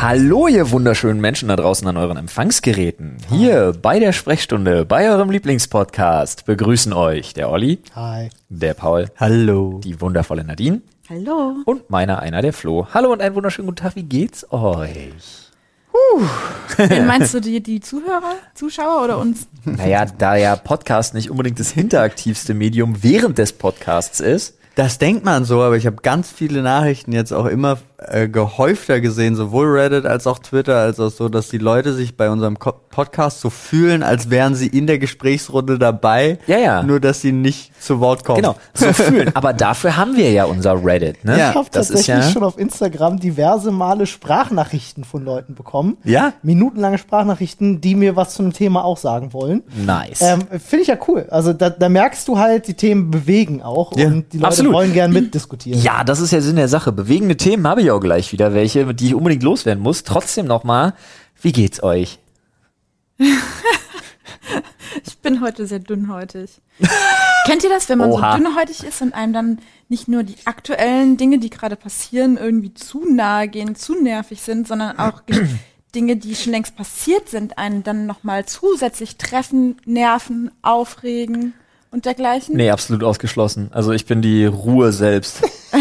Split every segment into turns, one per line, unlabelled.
Hallo, ihr wunderschönen Menschen da draußen an euren Empfangsgeräten. Hier bei der Sprechstunde, bei eurem Lieblingspodcast begrüßen euch der Olli,
Hi.
der Paul,
Hallo.
die wundervolle Nadine
Hallo.
und meiner einer, der Flo. Hallo und einen wunderschönen guten Tag, wie geht's euch?
Wen meinst du, die, die Zuhörer, Zuschauer oder uns?
Naja, da ja Podcast nicht unbedingt das interaktivste Medium während des Podcasts ist,
Das denkt man so, aber ich habe ganz viele Nachrichten jetzt auch immer äh, gehäufter gesehen, sowohl Reddit als auch Twitter, als auch so, dass die Leute sich bei unserem Ko Podcast so fühlen, als wären sie in der Gesprächsrunde dabei.
Ja, ja.
Nur, dass sie nicht zu Wort kommen.
genau, so fühlen. Aber dafür haben wir ja unser Reddit, ne?
Ja.
Ich habe
das ist
tatsächlich
ja.
schon auf Instagram diverse Male Sprachnachrichten von Leuten bekommen.
Ja?
Minutenlange Sprachnachrichten, die mir was zu einem Thema auch sagen wollen.
Nice.
Ähm, Finde ich ja cool. Also da, da merkst du halt, die Themen bewegen auch
Ja,
und die Leute
absolut.
wollen gern mitdiskutieren.
Ja, das ist ja Sinn der Sache. Bewegende Themen habe ich auch gleich wieder welche, die ich unbedingt loswerden muss. Trotzdem nochmal, wie geht's euch?
Ich bin heute sehr dünnhäutig. Kennt ihr das, wenn man
Oha.
so dünnhäutig ist und einem dann nicht nur die aktuellen Dinge, die gerade passieren, irgendwie zu nahe gehen, zu nervig sind, sondern auch ge- Dinge, die schon längst passiert sind, einen dann nochmal zusätzlich treffen, nerven, aufregen und dergleichen?
Nee, absolut ausgeschlossen. Also ich bin die Ruhe selbst.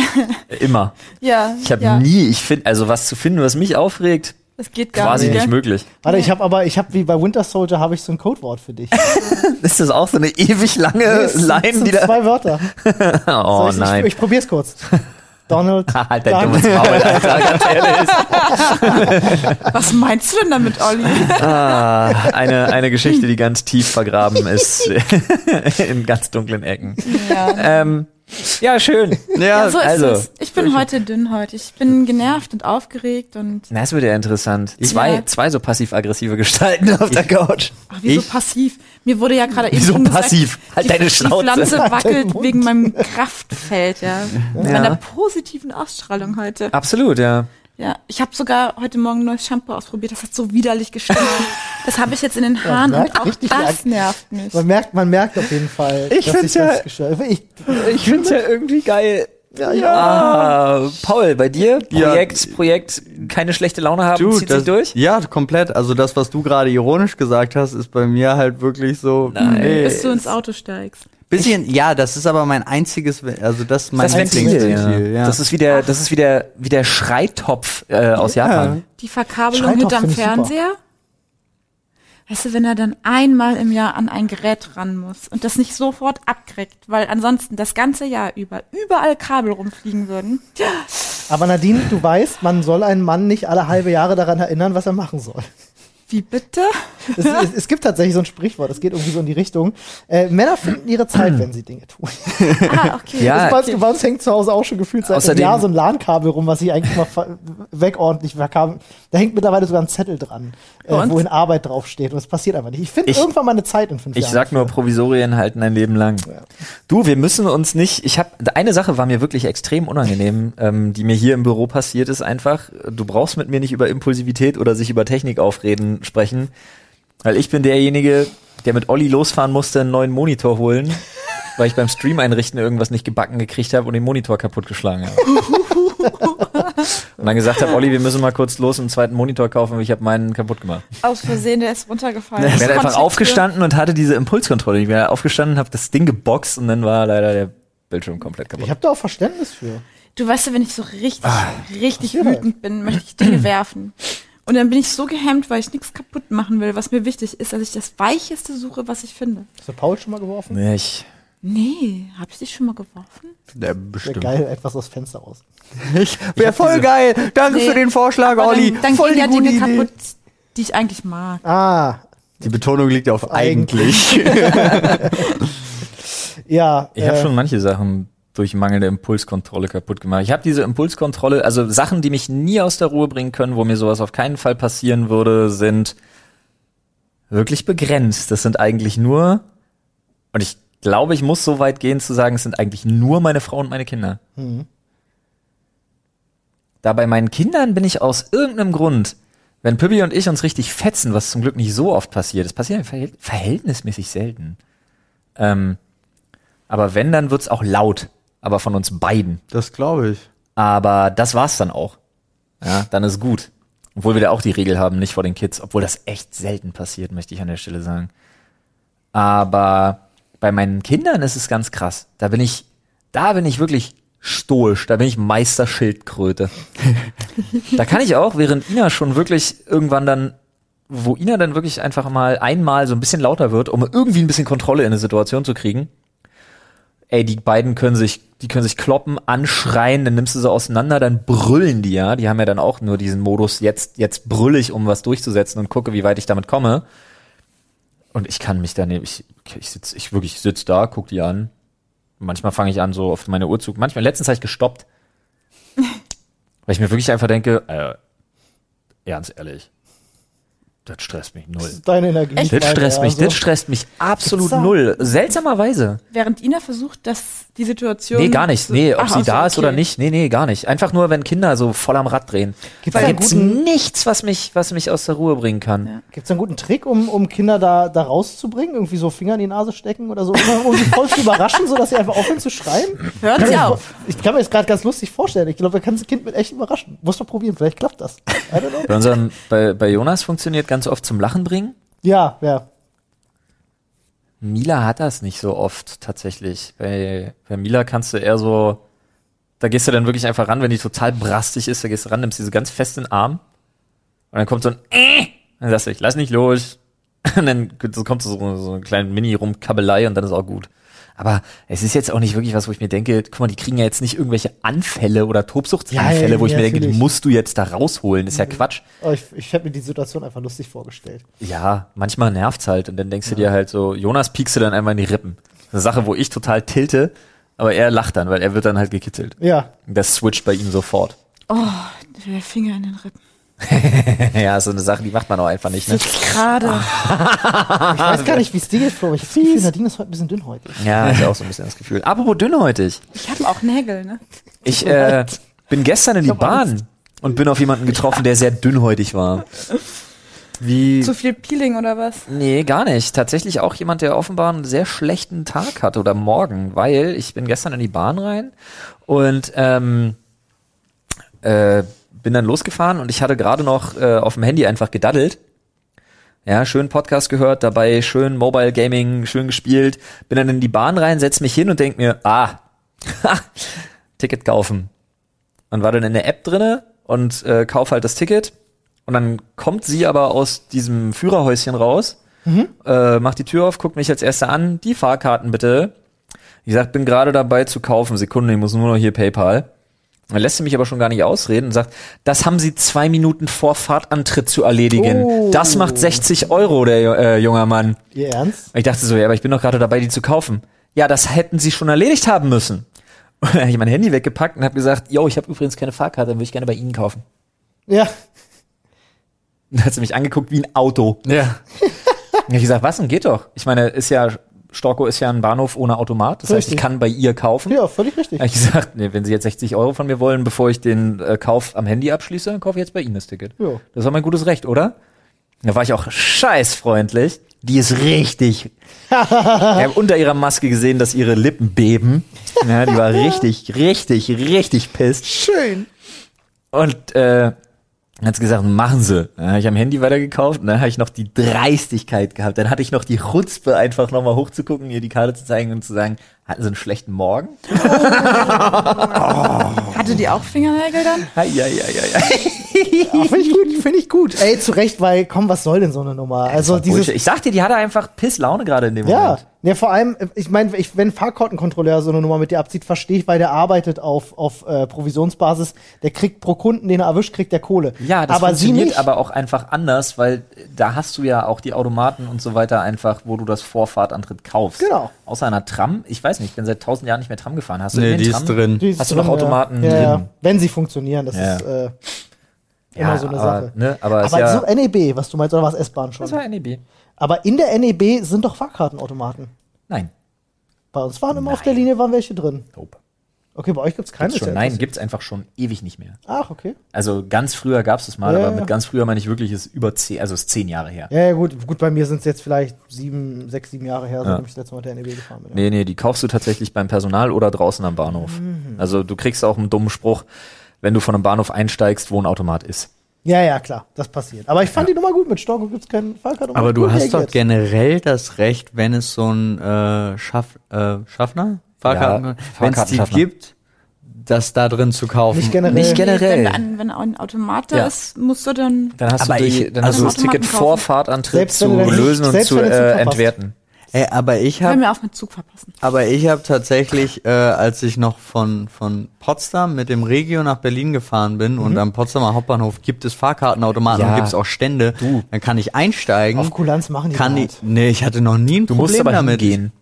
Immer.
Ja,
Ich habe
ja,
nie, ich finde, also was zu finden, was mich aufregt,
das geht gar
quasi
nicht.
nicht
gell?
möglich.
Warte, ich habe aber, ich habe wie bei Winter Soldier habe ich so ein Codewort für dich.
Äh, Ist das auch so eine ewig lange
Es sind- es sind zwei Wörter.
Oh
ich,
nein.
Ich, ich probier's kurz. Donald.
halt dein
Duck.
dummes Maul, Alter, ganz ehrlich.
Was meinst du denn damit, Olli?
Ah, eine, eine Geschichte, die ganz tief vergraben ist in ganz dunklen Ecken.
ja.
Ähm, ja, schön.
Ja,
Ja, so ist
also,
es. Ich bin heute dünn heute. Ich bin genervt und aufgeregt und
Na, das wird ja interessant. Zwei,
Ja.
zwei so passiv-aggressive Gestalten auf der Couch.
ach, wieso
Ich-
passiv? Mir wurde ja gerade eben
Wieso
schon gesagt,
passiv? Halt
die,
deine Schnauze.
Die Pflanze
Halt deinen
wackelt
Mund.
wegen meinem Kraftfeld, ja.
Ja. Ah.
Meiner positiven Ausstrahlung heute.
Absolut, ja.
Ja, ich habe sogar heute Morgen neues Shampoo ausprobiert. Das hat so widerlich gestunken. das habe ich jetzt in den Haaren
merkt
und auch
richtig
das
arg.
nervt mich.
Man merkt, man merkt auf jeden Fall,
Ich find's
sich das
ja-
gestört. Ich,
Ich find's ja irgendwie geil. Ja, Ah, Paul, bei dir?
Ja.
Projekt, Projekt, keine schlechte Laune haben,
Du,
zieht sich durch?
Ja, komplett. Also das, was du gerade ironisch gesagt hast, ist bei mir halt wirklich so.
Nein.
Nee.
Bis du ins Auto steigst.
Bisschen, ja, das ist aber mein einziges, also das ist mein
Das
Ventil,
einziges
Ventil, ja.
Ventil, ja.
Das ist wie der, das ist wie der, wie der Schreitopf äh, aus Japan.
Die Verkabelung
Schreitopf
hinterm
find ich super.
Fernseher. Weißt du, wenn er dann einmal im Jahr an ein Gerät ran muss und das nicht sofort abkriegt, weil ansonsten das ganze Jahr über überall Kabel rumfliegen würden.
aber Nadine, du weißt, man soll einen Mann nicht alle halbe Jahre daran erinnern, was er machen soll.
Wie bitte?
Es, es, es gibt tatsächlich so ein Sprichwort, das geht irgendwie so in die Richtung. Äh, Männer finden ihre Zeit, wenn sie Dinge tun.
Ah, okay.
Ja,
Bei uns, bei uns genau, hängt zu Hause auch schon gefühlt seit einem
Außerdem-
Jahr so ein LAN-Kabel rum, was ich eigentlich mal ver- wegordentlich verkabel. Da hängt mittlerweile sogar ein Zettel dran, äh,
Bei uns-
wo in Arbeit draufsteht. Und es passiert einfach nicht. Ich finde
Ich-
irgendwann mal eine Zeit in fünf
Ich
Jahren.
sag nur, Provisorien halten ein Leben lang. Du, wir müssen uns nicht. Ich habe eine Sache war mir wirklich extrem unangenehm, ähm, die mir hier im Büro passiert ist. Einfach, du brauchst mit mir nicht über Impulsivität oder sich über Technik aufreden sprechen, weil ich bin derjenige, der mit Olli losfahren musste, einen neuen Monitor holen, weil ich beim Stream einrichten irgendwas nicht gebacken gekriegt habe und den Monitor kaputtgeschlagen habe. und dann gesagt habe, Olli, wir müssen mal kurz los und einen zweiten Monitor kaufen, weil ich habe meinen kaputt gemacht.
Aus Versehen, der ist runtergefallen.
Ich bin
Konnte
einfach
ich für-
aufgestanden und hatte diese Impulskontrolle. Ich bin aufgestanden, habe das Ding geboxt und dann war leider der Bildschirm komplett
Ich
kaputt.
habe da auch Verständnis für.
Du weißt ja, wenn ich so richtig,
Ah.
richtig
Ach ja.
wütend bin, möchte ich Dinge werfen. Und dann bin ich so gehemmt, weil ich nichts kaputt machen will, was mir wichtig ist, dass ich das Weicheste suche, was ich finde.
Hast du Paul schon mal geworfen?
Nee, ich,
Nee, hab ich dich schon mal geworfen?
ja,
Wäre
bestimmt.
geil, etwas aus Fenster raus.
Wäre voll geil. Danke
Nee.
für den Vorschlag,
Aber
Olli.
Dann, dann
voll
gehen ja
die gute
Dinge
Idee.
kaputt, die ich eigentlich mag.
Ah,
Die Betonung liegt auf
Eigentlich.
eigentlich.
ja.
ich habe
äh,
schon manche Sachen durch mangelnde Impulskontrolle kaputt gemacht. Ich habe diese Impulskontrolle, also Sachen, die mich nie aus der Ruhe bringen können, wo mir sowas auf keinen Fall passieren würde, sind wirklich begrenzt. Das sind eigentlich nur, und ich glaube, ich muss so weit gehen zu sagen, es sind eigentlich nur meine Frau und meine Kinder. Da bei meinen Kindern bin ich aus irgendeinem Grund, wenn Pübbi und ich uns richtig fetzen, was zum Glück nicht so oft passiert, das passiert verhält- verhältnismäßig selten. Ähm, aber wenn, dann wird's auch laut. Aber von uns beiden.
Das glaube ich.
Aber das war's dann auch. Ja, dann ist gut. Obwohl wir da auch die Regel haben, nicht vor den Kids, obwohl das echt selten passiert, möchte ich an der Stelle sagen. Aber bei meinen Kindern ist es ganz krass. Da bin ich, da bin ich wirklich stoisch, da bin ich Meister Schildkröte. da kann ich auch, während Ina schon wirklich irgendwann dann, wo Ina dann wirklich einfach mal einmal so ein bisschen lauter wird, um irgendwie ein bisschen Kontrolle in eine Situation zu kriegen, ey, die beiden können sich, die können sich kloppen, anschreien, dann nimmst du sie auseinander, dann brüllen die ja. Die haben ja dann auch nur diesen Modus, jetzt, jetzt brüll ich, um was durchzusetzen und gucke, wie weit ich damit komme. Und ich kann mich daneben, ich, ich sitz, ich wirklich sitz da, guck die an. Manchmal fange ich an, so auf meine Uhr zu, manchmal, letztens habe ich gestoppt. weil ich mir wirklich einfach denke, äh, ernst ehrlich, das stresst mich null.
Das ist deine Energie.
Echt?
Das
Weiter,
stresst mich,
also.
das stresst mich absolut
Gibt's da-
null. Seltsamerweise.
Während Ina versucht, dass die Situation.
Nee, gar nicht. Nee, ob
Ach,
sie
ach so, Ah,
da ist oder
okay.
nicht. Nee, nee, gar nicht. Einfach nur, wenn Kinder so voll am Rad drehen.
Gibt's
Da
da einen
gibt's
guten-
nichts, was mich, was mich aus der Ruhe bringen kann.
Ja.
Gibt es einen guten Trick, um, um Kinder da, da rauszubringen? Irgendwie so Finger in die Nase stecken oder so, um, um sie voll zu überraschen, sodass sie einfach aufhören zu schreien?
Hört sie auf.
Ich kann mir das gerade ganz lustig vorstellen. Ich glaube, man kann das Kind mit echt überraschen. Muss man probieren, vielleicht klappt das. I don't know.
Bei, unserem, bei, bei Jonas funktioniert ganz oft zum Lachen bringen.
Ja, ja.
Mila hat das nicht so oft tatsächlich. Bei, bei Mila kannst du eher so, da gehst du dann wirklich einfach ran, wenn die total brastig ist, da gehst du ran, nimmst diese ganz fest in den Arm und dann kommt so ein äh, dann sagst du, ich lass nicht los. Und dann kommt so, so eine kleine Mini-Rumkabbelei und dann ist auch gut. Aber es ist jetzt auch nicht wirklich was, wo ich mir denke, guck mal, die kriegen ja jetzt nicht irgendwelche Anfälle oder Tobsuchtsanfälle,
Ja, ja,
wo ich
ja,
mir denke, die
natürlich.
musst du jetzt da rausholen. Ist ja Quatsch.
Aber Oh, ich ich habe mir die Situation einfach lustig vorgestellt.
Ja, manchmal nervt's halt und dann denkst du dir halt so, Jonas piekst du dann einmal in die Rippen. Eine Sache, wo ich total tilte, aber er lacht dann, weil er wird dann halt gekitzelt.
Ja,
Das switcht bei ihm sofort.
Oh, der Finger in den Rippen.
ja, ist so eine Sache, die macht man auch einfach nicht, ne?
Sitzt gerade.
ich
Ah,
weiß gar nicht, wie es dir geht, Flo. aber Ich habe das Gefühl, Nadine ist heute ein bisschen dünn heute.
Ja, ist ja auch so ein bisschen das Gefühl. Apropos dünnhäutig.
Ich habe auch Nägel, ne?
Ich äh, bin gestern in die Bahn und bin auf jemanden getroffen, der sehr dünnhäutig war. Wie
Zu viel Peeling oder was?
Nee, gar nicht. Tatsächlich auch jemand, der offenbar einen sehr schlechten Tag hatte oder morgen, weil ich bin gestern in die Bahn rein und ähm, äh, bin dann losgefahren und ich hatte gerade noch äh, auf dem Handy einfach gedaddelt. Ja, schön Podcast gehört, dabei schön Mobile Gaming, schön gespielt. Bin dann in die Bahn rein, setz mich hin und denk mir, ah, Ticket kaufen. Und war dann in der App drinne und äh, kauf halt das Ticket. Und dann kommt sie aber aus diesem Führerhäuschen raus, äh, macht die Tür auf, guckt mich als Erste an, die Fahrkarten bitte. Ich sagt, bin gerade dabei zu kaufen, Sekunde, ich muss nur noch hier PayPal. Dann lässt sie mich aber schon gar nicht ausreden und sagt, das haben sie zwei Minuten vor Fahrtantritt zu erledigen.
Oh.
Das macht 60 Euro, der Ju- äh, junger Mann.
Ihr Ernst?
Und ich dachte so, ja, aber ich bin doch gerade dabei, die zu kaufen. Ja, das hätten sie schon erledigt haben müssen. Und dann habe ich mein Handy weggepackt und habe gesagt, yo, ich habe übrigens keine Fahrkarte, dann würde ich gerne bei Ihnen kaufen.
Ja,
Und dann hat sie mich angeguckt wie ein Auto.
Ja.
Und ich gesagt, was denn, geht doch. Ich meine, ist ja, Storko ist ja ein Bahnhof ohne Automat. Das heißt, ich
Richtig.
kann bei ihr kaufen.
ja, völlig richtig.
Hab ich gesagt, nee, wenn sie jetzt 60 Euro von mir wollen, bevor ich den äh, Kauf am Handy abschließe, dann kaufe ich jetzt bei ihnen das Ticket.
Ja.
Das war mein gutes Recht, oder? Da war ich auch scheißfreundlich. Die ist richtig. ich habe unter ihrer Maske gesehen, dass ihre Lippen beben. Ja, die war richtig, richtig, richtig pisst.
Schön.
Und äh, hat sie gesagt, machen sie. Dann habe ich am Handy weitergekauft und dann habe ich noch die Dreistigkeit gehabt. Dann hatte ich noch die Chutzpe, einfach nochmal hochzugucken, ihr die Karte zu zeigen und zu sagen, hatten sie einen schlechten Morgen?
Hatte die auch Fingernägel dann?
Ei, ei, ei, ei, ei.
Ja, finde ich gut, finde ich gut. Ey, zu Recht, weil, komm, was soll denn so eine Nummer? Also dieses,
Bullshit. Ich sag dir, die hatte einfach Pisslaune gerade in dem
Ja,
Moment.
ja, vor allem, äh, ich meine, ich, wenn ein Fahrkartenkontrolleur so eine Nummer mit dir abzieht, verstehe ich, weil der arbeitet auf, auf äh, Provisionsbasis. Der kriegt pro Kunden, den er erwischt, kriegt der Kohle.
Ja, das
aber
funktioniert
sie nicht.
aber auch einfach anders, weil da hast du ja auch die Automaten und so weiter einfach, wo du das Vorfahrtantritt kaufst.
Genau.
Außer einer Tram, ich weiß nicht, ich bin seit tausend Jahren nicht mehr Tram gefahren. Hast du
Nee,
in den
die
Tram?
ist drin.
Die ist
Hast du noch
drin,
Automaten
ja. Ja,
drin?
ja, wenn sie funktionieren, das
Ja.
ist äh,
Ja,
immer so eine
aber,
Sache.
Ne, aber, ist
aber
ja,
so NEB, was du meinst, oder was S-Bahn
das
schon?
war E NEB.
Aber in der NEB sind doch Fahrkartenautomaten.
Nein.
Bei uns waren immer auf
Nein.
der Linie waren welche drin.
Nope.
Okay, bei euch gibt's keine.
Gibt's schon,
ist ja
nein,
interessant.
gibt's einfach schon ewig nicht mehr.
Ach, okay.
Also ganz früher gab's das mal,
Ja,
aber
ja.
mit ganz früher meine ich wirklich, ist über zehn, also ist zehn Jahre her.
Ja, ja, gut, gut, bei mir sind es jetzt vielleicht sieben, sechs, sieben Jahre her, seitdem
Ja.
ich das letzte Mal mit der NEB gefahren bin.
Nee, nee, die kaufst du tatsächlich beim Personal oder draußen am
Mhm.
Bahnhof. Also du kriegst auch einen dummen Spruch, wenn du von einem Bahnhof einsteigst, wo ein Automat ist.
Ja, ja, klar, das passiert. Aber ich fand die Nummer gut. Mit Storko gibt's keinen Falk hat
Aber
gut
du hast doch
reagiert.
generell das Recht, wenn es so ein äh, Schaff, äh, Schaffner, Fahrkarten, wenn es die
Fahrkartenschaffner.
gibt, das da drin zu kaufen.
Nicht generell.
Nicht
Nee,
generell.
Wenn, ein- wenn ein Automat da
Ja.
ist, musst du dann.
Dann hast
Aber
du, die,
ich-
dann hast
also-
du das Ticket
Automaten kaufen.
vor Fahrtantritt
Selbst wenn
zu
du dann nicht-
lösen und
selbst
zu
wenn du den Zug
äh,
verpasst.
entwerten.
Ey, aber ich
Hör
habe
mir auf mit Zug verpassen.
aber ich habe tatsächlich, äh, als ich noch von von Potsdam mit dem Regio nach Berlin gefahren bin
Mhm.
und am Potsdamer Hauptbahnhof gibt es Fahrkartenautomaten
Ja.
und gibt es auch Stände, dann kann ich einsteigen.
Auf Kulanz machen die
kann
gar
ich, nee, ich hatte noch nie ein
Du
Problem
musst aber
damit.
hingehen.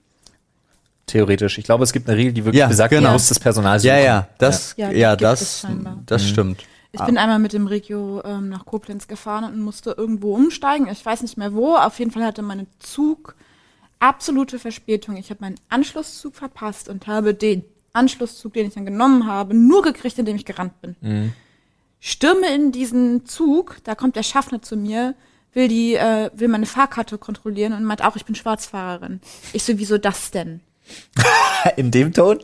Theoretisch. Ich glaube, es gibt eine Regel, die wirklich
Ja,
besagt,
genau.
du musst das Personal suchen.
Ja, ja, das,
Ja.
ja,
Ja, die gibt es
das,
scheinbar.
Mhm.
das stimmt.
Ich bin einmal mit dem Regio ähm, nach Koblenz gefahren und musste irgendwo umsteigen. Ich weiß nicht mehr wo. Auf jeden Fall hatte mein Zug absolute Verspätung. Ich habe meinen Anschlusszug verpasst und habe den Anschlusszug, den ich dann genommen habe, nur gekriegt, indem ich gerannt bin. Stürme in diesen Zug, da kommt der Schaffner zu mir, will die, äh, will meine Fahrkarte kontrollieren und meint auch, ich bin Schwarzfahrerin. Ich so, wieso das denn?
In dem Ton?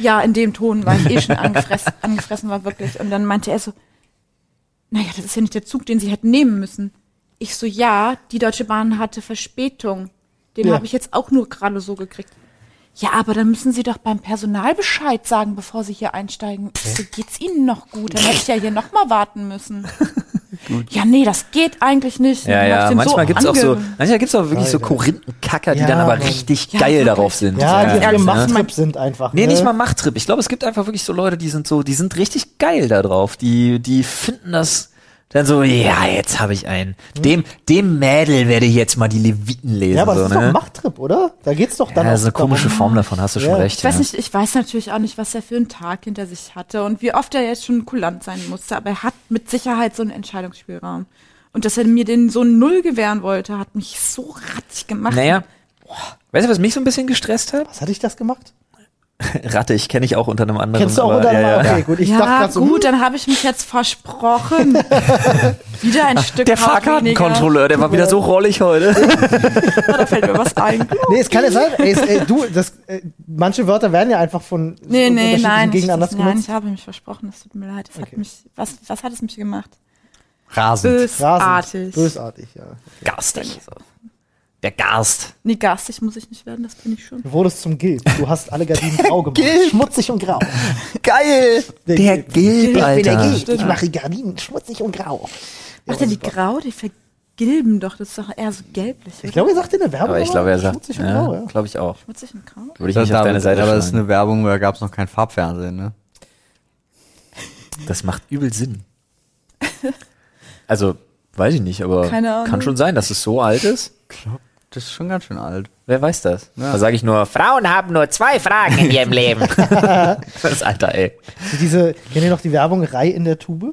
Ja, in dem Ton, weil ich eh schon angefressen, angefressen war, wirklich. Und dann meinte er so, naja, das ist ja nicht der Zug, den sie hätten nehmen müssen. Ich so, ja, die Deutsche Bahn hatte Verspätung. Den
Ja.
habe ich jetzt auch nur gerade so gekriegt. Ja, aber dann müssen Sie doch beim Personal Bescheid sagen, bevor Sie hier einsteigen. Ich So geht's Ihnen noch gut? Dann hätte ich ja hier noch mal warten müssen. Ja, nee, das geht eigentlich nicht.
Ja,
Dann hab ich
ja.
den
Manchmal gibt's auch so,
ange-
manchmal gibt's auch wirklich so
Alter.
Korinthenkacker, die
Ja,
dann aber
Mann.
richtig
Ja,
geil
wirklich.
darauf sind.
Ja, die auf
Ja,
dem
ja.
Machttrip sind einfach.
Nee,
ne?
nicht mal Machttrip. Ich glaube, es gibt einfach wirklich so Leute, die sind so, die sind richtig geil da drauf. Die, die finden das dann so, ja, jetzt habe ich einen. Dem, dem Mädel werde ich jetzt mal die Leviten lesen.
Ja, aber
so,
das ist
ne?
doch Machttrip, oder? Da geht's doch
ja,
dann
das ist eine
darum.
komische Form davon, hast du schon
Ja.
recht.
Ich weiß
ja.
nicht, ich weiß natürlich auch nicht, was er für einen Tag hinter sich hatte und wie oft er jetzt schon kulant sein musste, aber er hat mit Sicherheit so einen Entscheidungsspielraum. Und dass er mir den so null gewähren wollte, hat mich so rattig gemacht.
Naja. Weißt du, was mich so ein bisschen gestresst hat?
Was hatte ich das gemacht?
Ratte, ich kenne ich auch unter einem anderen.
Kennst du auch
aber-
unter
ja, ja.
anderem? Okay, gut. Ich
ja,
dachte grad so,
gut,
hm,
dann habe ich mich jetzt versprochen. wieder ein Stück
Der
Haut weniger.
Fahrkartenkontrolleur, der war wieder so rollig heute.
Oh, Da fällt mir was ein.
Nee, es kann ja sein. Ey, es, ey, du, das, äh, manche Wörter werden ja einfach von
Nee,
von
nee,
unterschiedlichen
nein. Ich,
Gegenden
das,
anders
nein, ich
genutzt.
habe mich versprochen, es tut mir leid. Es hat mich, was, was hat es mich gemacht?
Rasend.
Bösartig.
Bösartig, ja.
Garst. Der Garst.
Nee, garstig muss ich nicht werden, das bin ich schon.
Du wurdest zum Gilb. Du hast alle Gardinen grau gemacht. Schmutzig und grau.
Geil! Der,
Der
Gilb, Alter.
Ich mache die Gardinen schmutzig und grau.
Macht er die grau? Die vergilben doch. Das ist doch eher so gelblich.
Ich glaube, er sagt in der Werbung.
Aber ich glaube, er sagt,
schmutzig und grau,
ja,
ja.
glaube ich auch.
Schmutzig und grau?
Würde ich
Das
nicht auf deine Seite
aber das ist
schlagen.
eine Werbung, da gab es noch kein Farbfernsehen, ne?
Das macht übel Sinn. Also, weiß ich nicht, aber
Keine Ahnung.
kann schon sein, dass es so alt ist.
Das ist schon ganz schön alt.
Wer weiß das? Da sage ich nur, Frauen haben nur zwei Fragen in ihrem Leben. das Alter, ey.
Diese, kennt ihr noch die Werbung Rei in der Tube?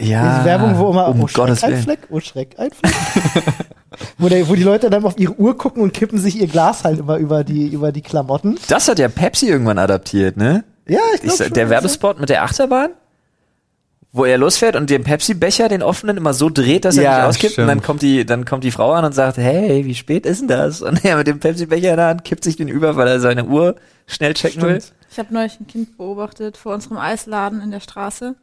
Ja,
Diese Werbung, wo immer,
um
oh
Gottes
Schreck, ein
Willen.
Fleck, oh Schreck, ein Fleck. wo, der, wo die Leute dann auf ihre Uhr gucken und kippen sich ihr Glas halt immer über die, über die Klamotten.
Das hat ja Pepsi irgendwann adaptiert, ne?
Ja, ich
Ich,
glaube
sag,
schon.
der Werbespot mit der Achterbahn, wo er losfährt und den Pepsi-Becher, den offenen, immer so dreht, dass er
Ja,
nicht auskippt. Und
stimmt.
dann kommt, die, dann kommt die Frau an und sagt, hey, wie spät ist denn das? Und er mit dem Pepsi-Becher in der Hand kippt sich den über, weil er seine Uhr schnell checken will.
Ich habe neulich ein Kind beobachtet vor unserem Eisladen in der Straße.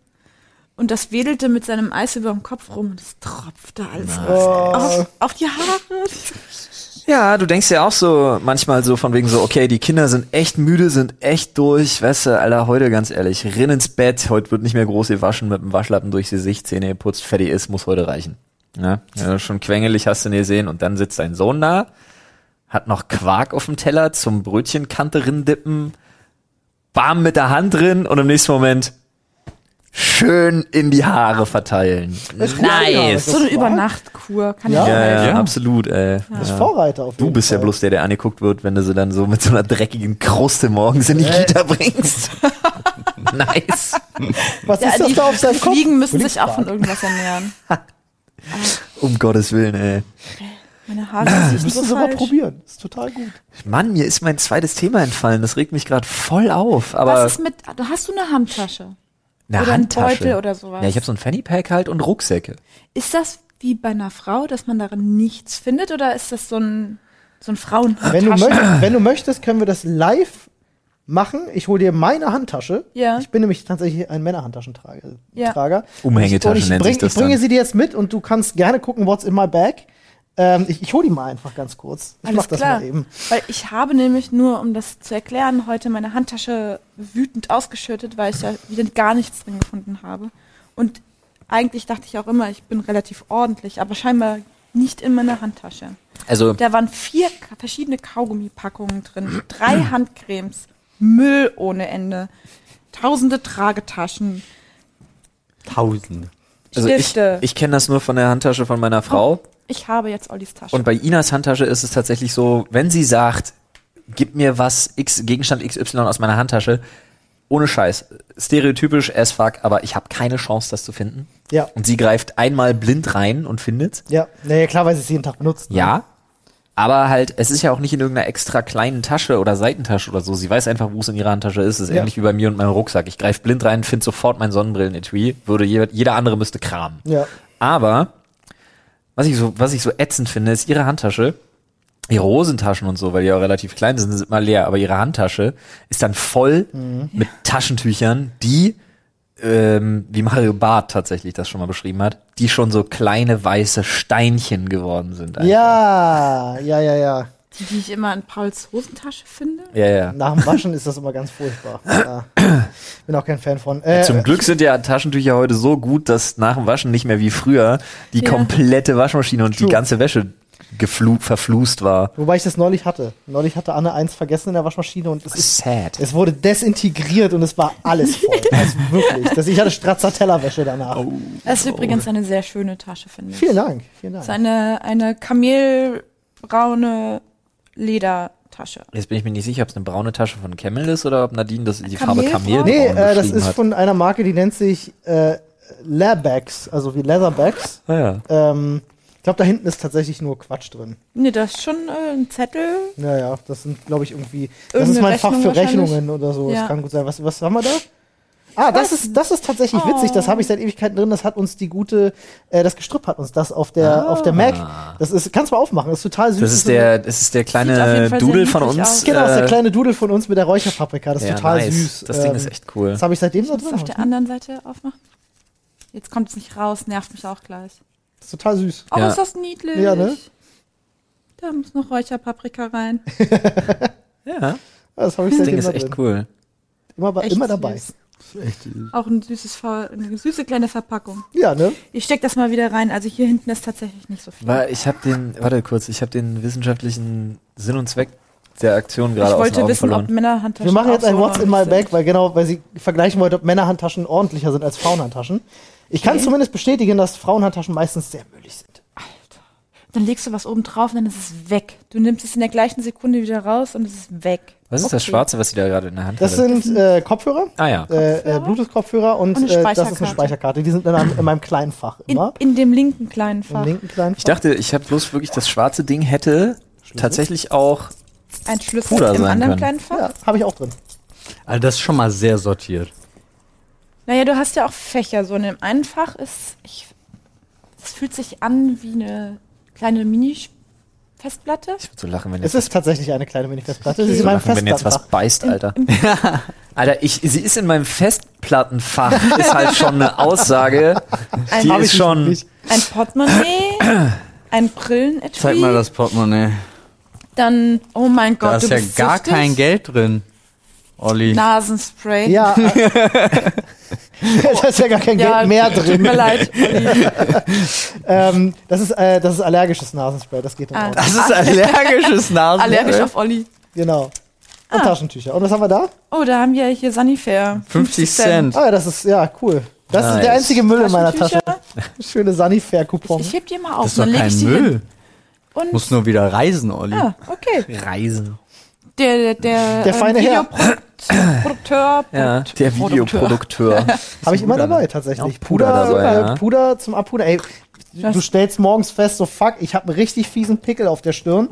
Und das wedelte mit seinem Eis über dem Kopf rum und es tropfte alles auf, auf die Haare.
Ja, du denkst ja auch so manchmal so von wegen so, okay, die Kinder sind echt müde, sind echt durch. Weißt du, Alter, heute ganz ehrlich, rinn ins Bett. Heute wird nicht mehr groß gewaschen mit dem Waschlappen durch die Sicht, Zähne geputzt, fertig ist, muss heute reichen. Ja, wenn du schon quengelig hast du ihn gesehen und dann sitzt dein Sohn da, hat noch Quark auf dem Teller zum Brötchenkante rindippen, bam mit der Hand drin und im nächsten Moment schön in die Haare verteilen.
Das ist gut, ja, das
So eine
war-
Übernachtkur kann
Ja.
ich
Ja, ja,
Ja.
absolut, ey.
Das ist Vorreiter auf
Du
jeden
bist ja
Fall.
bloß der, der angeguckt wird, wenn du sie dann so mit so einer dreckigen Kruste morgens in die
Äh.
Kita bringst. nice.
Was
Ja,
ist das
die
da auf seinem Kopf?
Fliegen müssen sich auch von
Blitzbart.
irgendwas ernähren.
Um Gottes Willen, ey.
Meine Haare sind
Müssen
so
sie mal
falsch.
probieren. Ist total gut.
Mann, mir ist mein zweites Thema entfallen. Das regt mich gerade voll auf. Aber
Was ist mit, also hast du eine Handtasche?
eine
oder ein
Handtasche.
Beutel oder sowas?
Ja, ich habe so ein Fanny Pack halt und Rucksäcke.
Ist das wie bei einer Frau, dass man darin nichts findet oder ist das so ein, so ein Frauen
Wenn du, möchtest, wenn du möchtest, können wir das live machen. Ich hole dir meine Handtasche.
Ja.
Ich bin nämlich tatsächlich ein Männerhandtaschentrager.
Ja.
Trager.
Umhängetasche
Und ich
nennt
bring,
sich das
Ich bringe
dann.
sie dir jetzt mit und du kannst gerne gucken, what's in my bag. Ähm, ich ich hole die mal einfach ganz kurz. Ich mach das mal eben.
Weil ich habe nämlich nur, um das zu erklären, heute meine Handtasche wütend ausgeschüttet, weil ich da wieder gar nichts drin gefunden habe. Und eigentlich dachte ich auch immer, ich bin relativ ordentlich, aber scheinbar nicht in meiner Handtasche.
Also
Da waren vier Ka- verschiedene Kaugummipackungen drin, drei Handcremes, Müll ohne Ende, tausende Tragetaschen,
Tausende.
Also ich,
Stifte. Oh,
ich kenne das nur von der Handtasche von meiner Frau.
Ich habe jetzt Ollis Tasche.
Und bei Inas Handtasche ist es tatsächlich so, wenn sie sagt, gib mir was, X, Gegenstand XY aus meiner Handtasche, ohne Scheiß, stereotypisch as fuck, aber ich habe keine Chance, das zu finden.
Ja.
Und sie greift einmal blind rein und findet's.
Ja. Naja, klar, weil sie es jeden Tag benutzt. ne?
Ja. Aber halt, es ist ja auch nicht in irgendeiner extra kleinen Tasche oder Seitentasche oder so. Sie weiß einfach, wo es in ihrer Handtasche ist. Das ist
Ja.
ähnlich wie bei mir und meinem Rucksack. Ich greife blind rein, finde sofort mein Sonnenbrillenetui. Würde jeder, jeder andere müsste kramen.
Ja.
Aber was ich so, was ich so ätzend finde, ist ihre Handtasche, ihre Hosentaschen und so, weil die ja relativ klein sind, sind immer leer, aber ihre Handtasche ist dann voll mit Taschentüchern, die ähm, wie Mario Barth tatsächlich das schon mal beschrieben hat, die schon so kleine weiße Steinchen geworden sind. einfach.
Ja, ja, ja, ja.
die, die ich immer in Pauls Hosentasche finde.
Ja, ja.
Nach dem Waschen ist das immer ganz furchtbar. Ja. Bin auch kein Fan von. Äh,
Zum Glück sind ja Taschentücher heute so gut, dass nach dem Waschen nicht mehr wie früher die
Ja.
komplette Waschmaschine und
True.
die ganze Wäsche geflu verflust war.
Wobei ich das neulich hatte. Neulich hatte Anne eins vergessen in der Waschmaschine und es, ist,
Sad.
es wurde desintegriert und es war alles voll. Also wirklich. Das, ich hatte Stracciatella-Wäsche danach.
Das ist übrigens eine sehr schöne Tasche, finde ich.
Vielen Dank, vielen
Das ist
Dank.
eine, eine kamelbraune Ledertasche.
Jetzt bin ich mir nicht sicher, ob es eine braune Tasche von Camel ist oder ob Nadine das die Farbe Kamel
Kamelbraun?
Nee, äh, das
beschrieben
ist
hat.
von einer Marke, die nennt sich äh, Labags, also wie Leatherbacks.
Ah, ja.
Ähm, ich glaube, da hinten ist tatsächlich nur Quatsch drin.
Nee, das ist schon äh, ein Zettel.
Naja, das sind, glaube ich, irgendwie. Das
Irgendeine
ist mein Fach
Rechnung
für
wahrscheinlich.
Rechnungen oder so.
Ja.
Das kann gut sein. Was, was haben wir da? Ah, das ist, das ist tatsächlich
Oh.
witzig. Das habe ich seit Ewigkeiten drin. Das hat uns die gute, äh, das Gestrüpp hat uns das auf der, auf
Ah.
der Mac. Das ist, kannst du mal aufmachen. Das ist total süß.
Das ist
so eine-
der, das ist der
Sieht auf
kleine
jeden Fall
Doodle
sehr
von
niedlich
uns.
aus.
Genau, das ist der
äh,
kleine Doodle von uns mit der Räucherpaprika. Das ist
ja,
total
nice.
süß. Ähm,
Das Ding ist echt cool.
Das ne? habe ich seitdem so
Das
drin.
auf der anderen Seite aufmachen. Jetzt kommt es nicht raus, nervt mich auch gleich.
Das ist total süß.
Oh,
Ja.
ist das niedlich.
Ja, ne?
Da muss noch Räucherpaprika rein.
Ja,
Das habe ich
das Ding
seitdem
ist
da
echt
drin.
cool.
Immer, bei-
Echt
immer dabei.
süß. Auch ein süßes, Ver- eine süße kleine Verpackung.
Ja, ne?
Ich steck das mal wieder rein. Also hier hinten ist tatsächlich nicht so viel.
War, ich habe den, warte kurz, ich habe den wissenschaftlichen Sinn und Zweck der Aktion
ich
gerade aus den
wollte
Augen
wissen, ob
verloren.
Männerhandtaschen.
Wir machen jetzt
auch
ein
so
What's in my
ordentlich
bag, weil genau, weil sie vergleichen wollte, ob Männerhandtaschen ordentlicher sind als Frauenhandtaschen. Ich kann zumindest bestätigen, dass Frauenhandtaschen meistens sehr müllig sind.
sind. Dann legst du was oben drauf und dann ist es weg. Du nimmst es in der gleichen Sekunde wieder raus und es ist weg.
Was ist das
Okay.
Schwarze, was sie da gerade in der Hand
Das
hatte?
sind äh, Kopfhörer,
Ah ja.
Äh, äh, Bluetooth-Kopfhörer und,
Und eine
äh, das ist eine
Speicherkarte.
Speicherkarte. Die sind in, einem, in meinem kleinen Fach
In,
immer.
in dem linken kleinen Fach.
Im linken kleinen Fach.
Ich dachte, ich habe bloß wirklich das schwarze Ding hätte tatsächlich auch.
Ein Schlüssel
Puder
im
sein
anderen
können.
kleinen Fach.
ja, habe ich auch drin.
Also das ist schon mal sehr sortiert.
Naja, du hast ja auch Fächer. So in dem einen Fach ist, ich, es fühlt sich an wie eine kleine Mini-Festplatte.
Ich würde so lachen, wenn
Es
jetzt,
ist tatsächlich eine kleine Mini-Festplatte. Das ist in
so
meinem
lachen, wenn jetzt
Festplattenfach.
was beißt, Alter. Alter, ich, sie ist in meinem Festplattenfach. ist halt schon eine Aussage. Die
Ein,
Hab
ist
ich
schon.
nicht.
ein Portemonnaie, ein Brillenetui.
Zeig mal das Portemonnaie.
Dann, oh mein Gott,
Da ist
du
ja
bist
gar
süchtig.
kein Geld drin, Olli.
Nasenspray.
Ja, äh, da ist ja gar kein Geld mehr
Tut
drin.
mir leid. Olli.
Ähm, das, ist, äh, das ist allergisches Nasenspray, das geht dann
Ah.
auch.
Das ist allergisches Nasen.
Allergisch auf Olli.
Genau.
Ah.
Und Taschentücher. Und was haben wir da?
Oh, da haben wir hier Sanifair.
50
Oh,
Cent.
Ah, ja, das ist, ja, cool. Das ist
Nice.
der einzige Müll in meiner Tasche.
Taschentücher.
Schöne Sanifair-Coupon.
Ich heb die mal auf.
Das ist doch
dann leg ich
kein
die
Müll.
Hin. Und
Muss nur wieder reisen, Olli.
Ah, okay.
Reisen.
Der, der, der, äh,
Der feine Herr.
Videoprodukteur.
Ja, der Videoprodukteur.
Habe ich immer dabei, tatsächlich.
Auch Puder dabei,
äh,
ja.
Puder zum Abpuder. Ey, du
Das-
stellst morgens fest, so fuck, ich habe einen richtig fiesen Pickel auf der Stirn.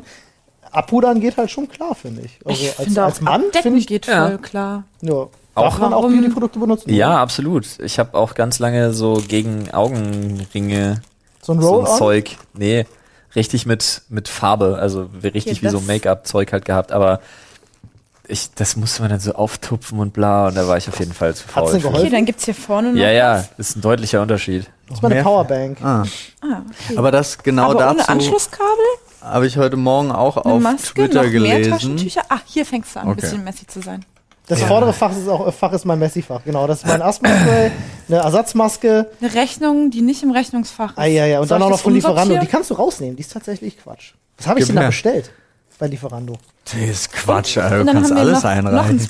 Abpudern geht halt schon klar, finde ich. Also
Ich
als,
finde
als
auch
Mann
Abdecken
finde ich,
geht
Ja.
voll klar.
ja,
Auch-
darf man auch
Warum-
Beauty-Produkte benutzen.
ja, absolut. Ich habe auch ganz lange so gegen Augenringe
So ein
so ein
Roll-On.
Zeug. Nee, richtig mit, mit Farbe. Also wie- richtig
Ja,
wie so
das-
Make-up-Zeug halt gehabt. Aber ich, das musste man dann so auftupfen und bla, und da war ich auf jeden Fall zu faul.
denn
für.
geholfen?
Okay, dann gibt's hier vorne noch.
Ja, ja, ist ein deutlicher Unterschied.
Das ist meine
Mehr-
Powerbank.
Ah.
Ah, okay.
Aber das genau
Aber ohne
dazu
Anschlusskabel,
habe ich heute Morgen auch
eine
auf
Maske,
Twitter
noch mehr
gelesen.
Taschentücher. Ah, hier fängst du an, ein
Okay.
bisschen messy zu sein.
Das vordere Fach ist auch äh, Fach ist mein Messi-Fach. Genau, das ist mein Asthma-Spray, eine Ersatzmaske.
Eine Rechnung, die nicht im Rechnungsfach ist.
Ah, ja, ja. Und
Soll
dann auch
ich
noch
das
von Lieferando.
umsortieren?
Die kannst du rausnehmen. Die ist tatsächlich Quatsch. Was habe ich
Gib
denn da
her.
bestellt? Bei Lieferando.
Das ist Quatsch, Alter. Du
Und dann
kannst
haben wir
alles
noch, noch ein
einreichen.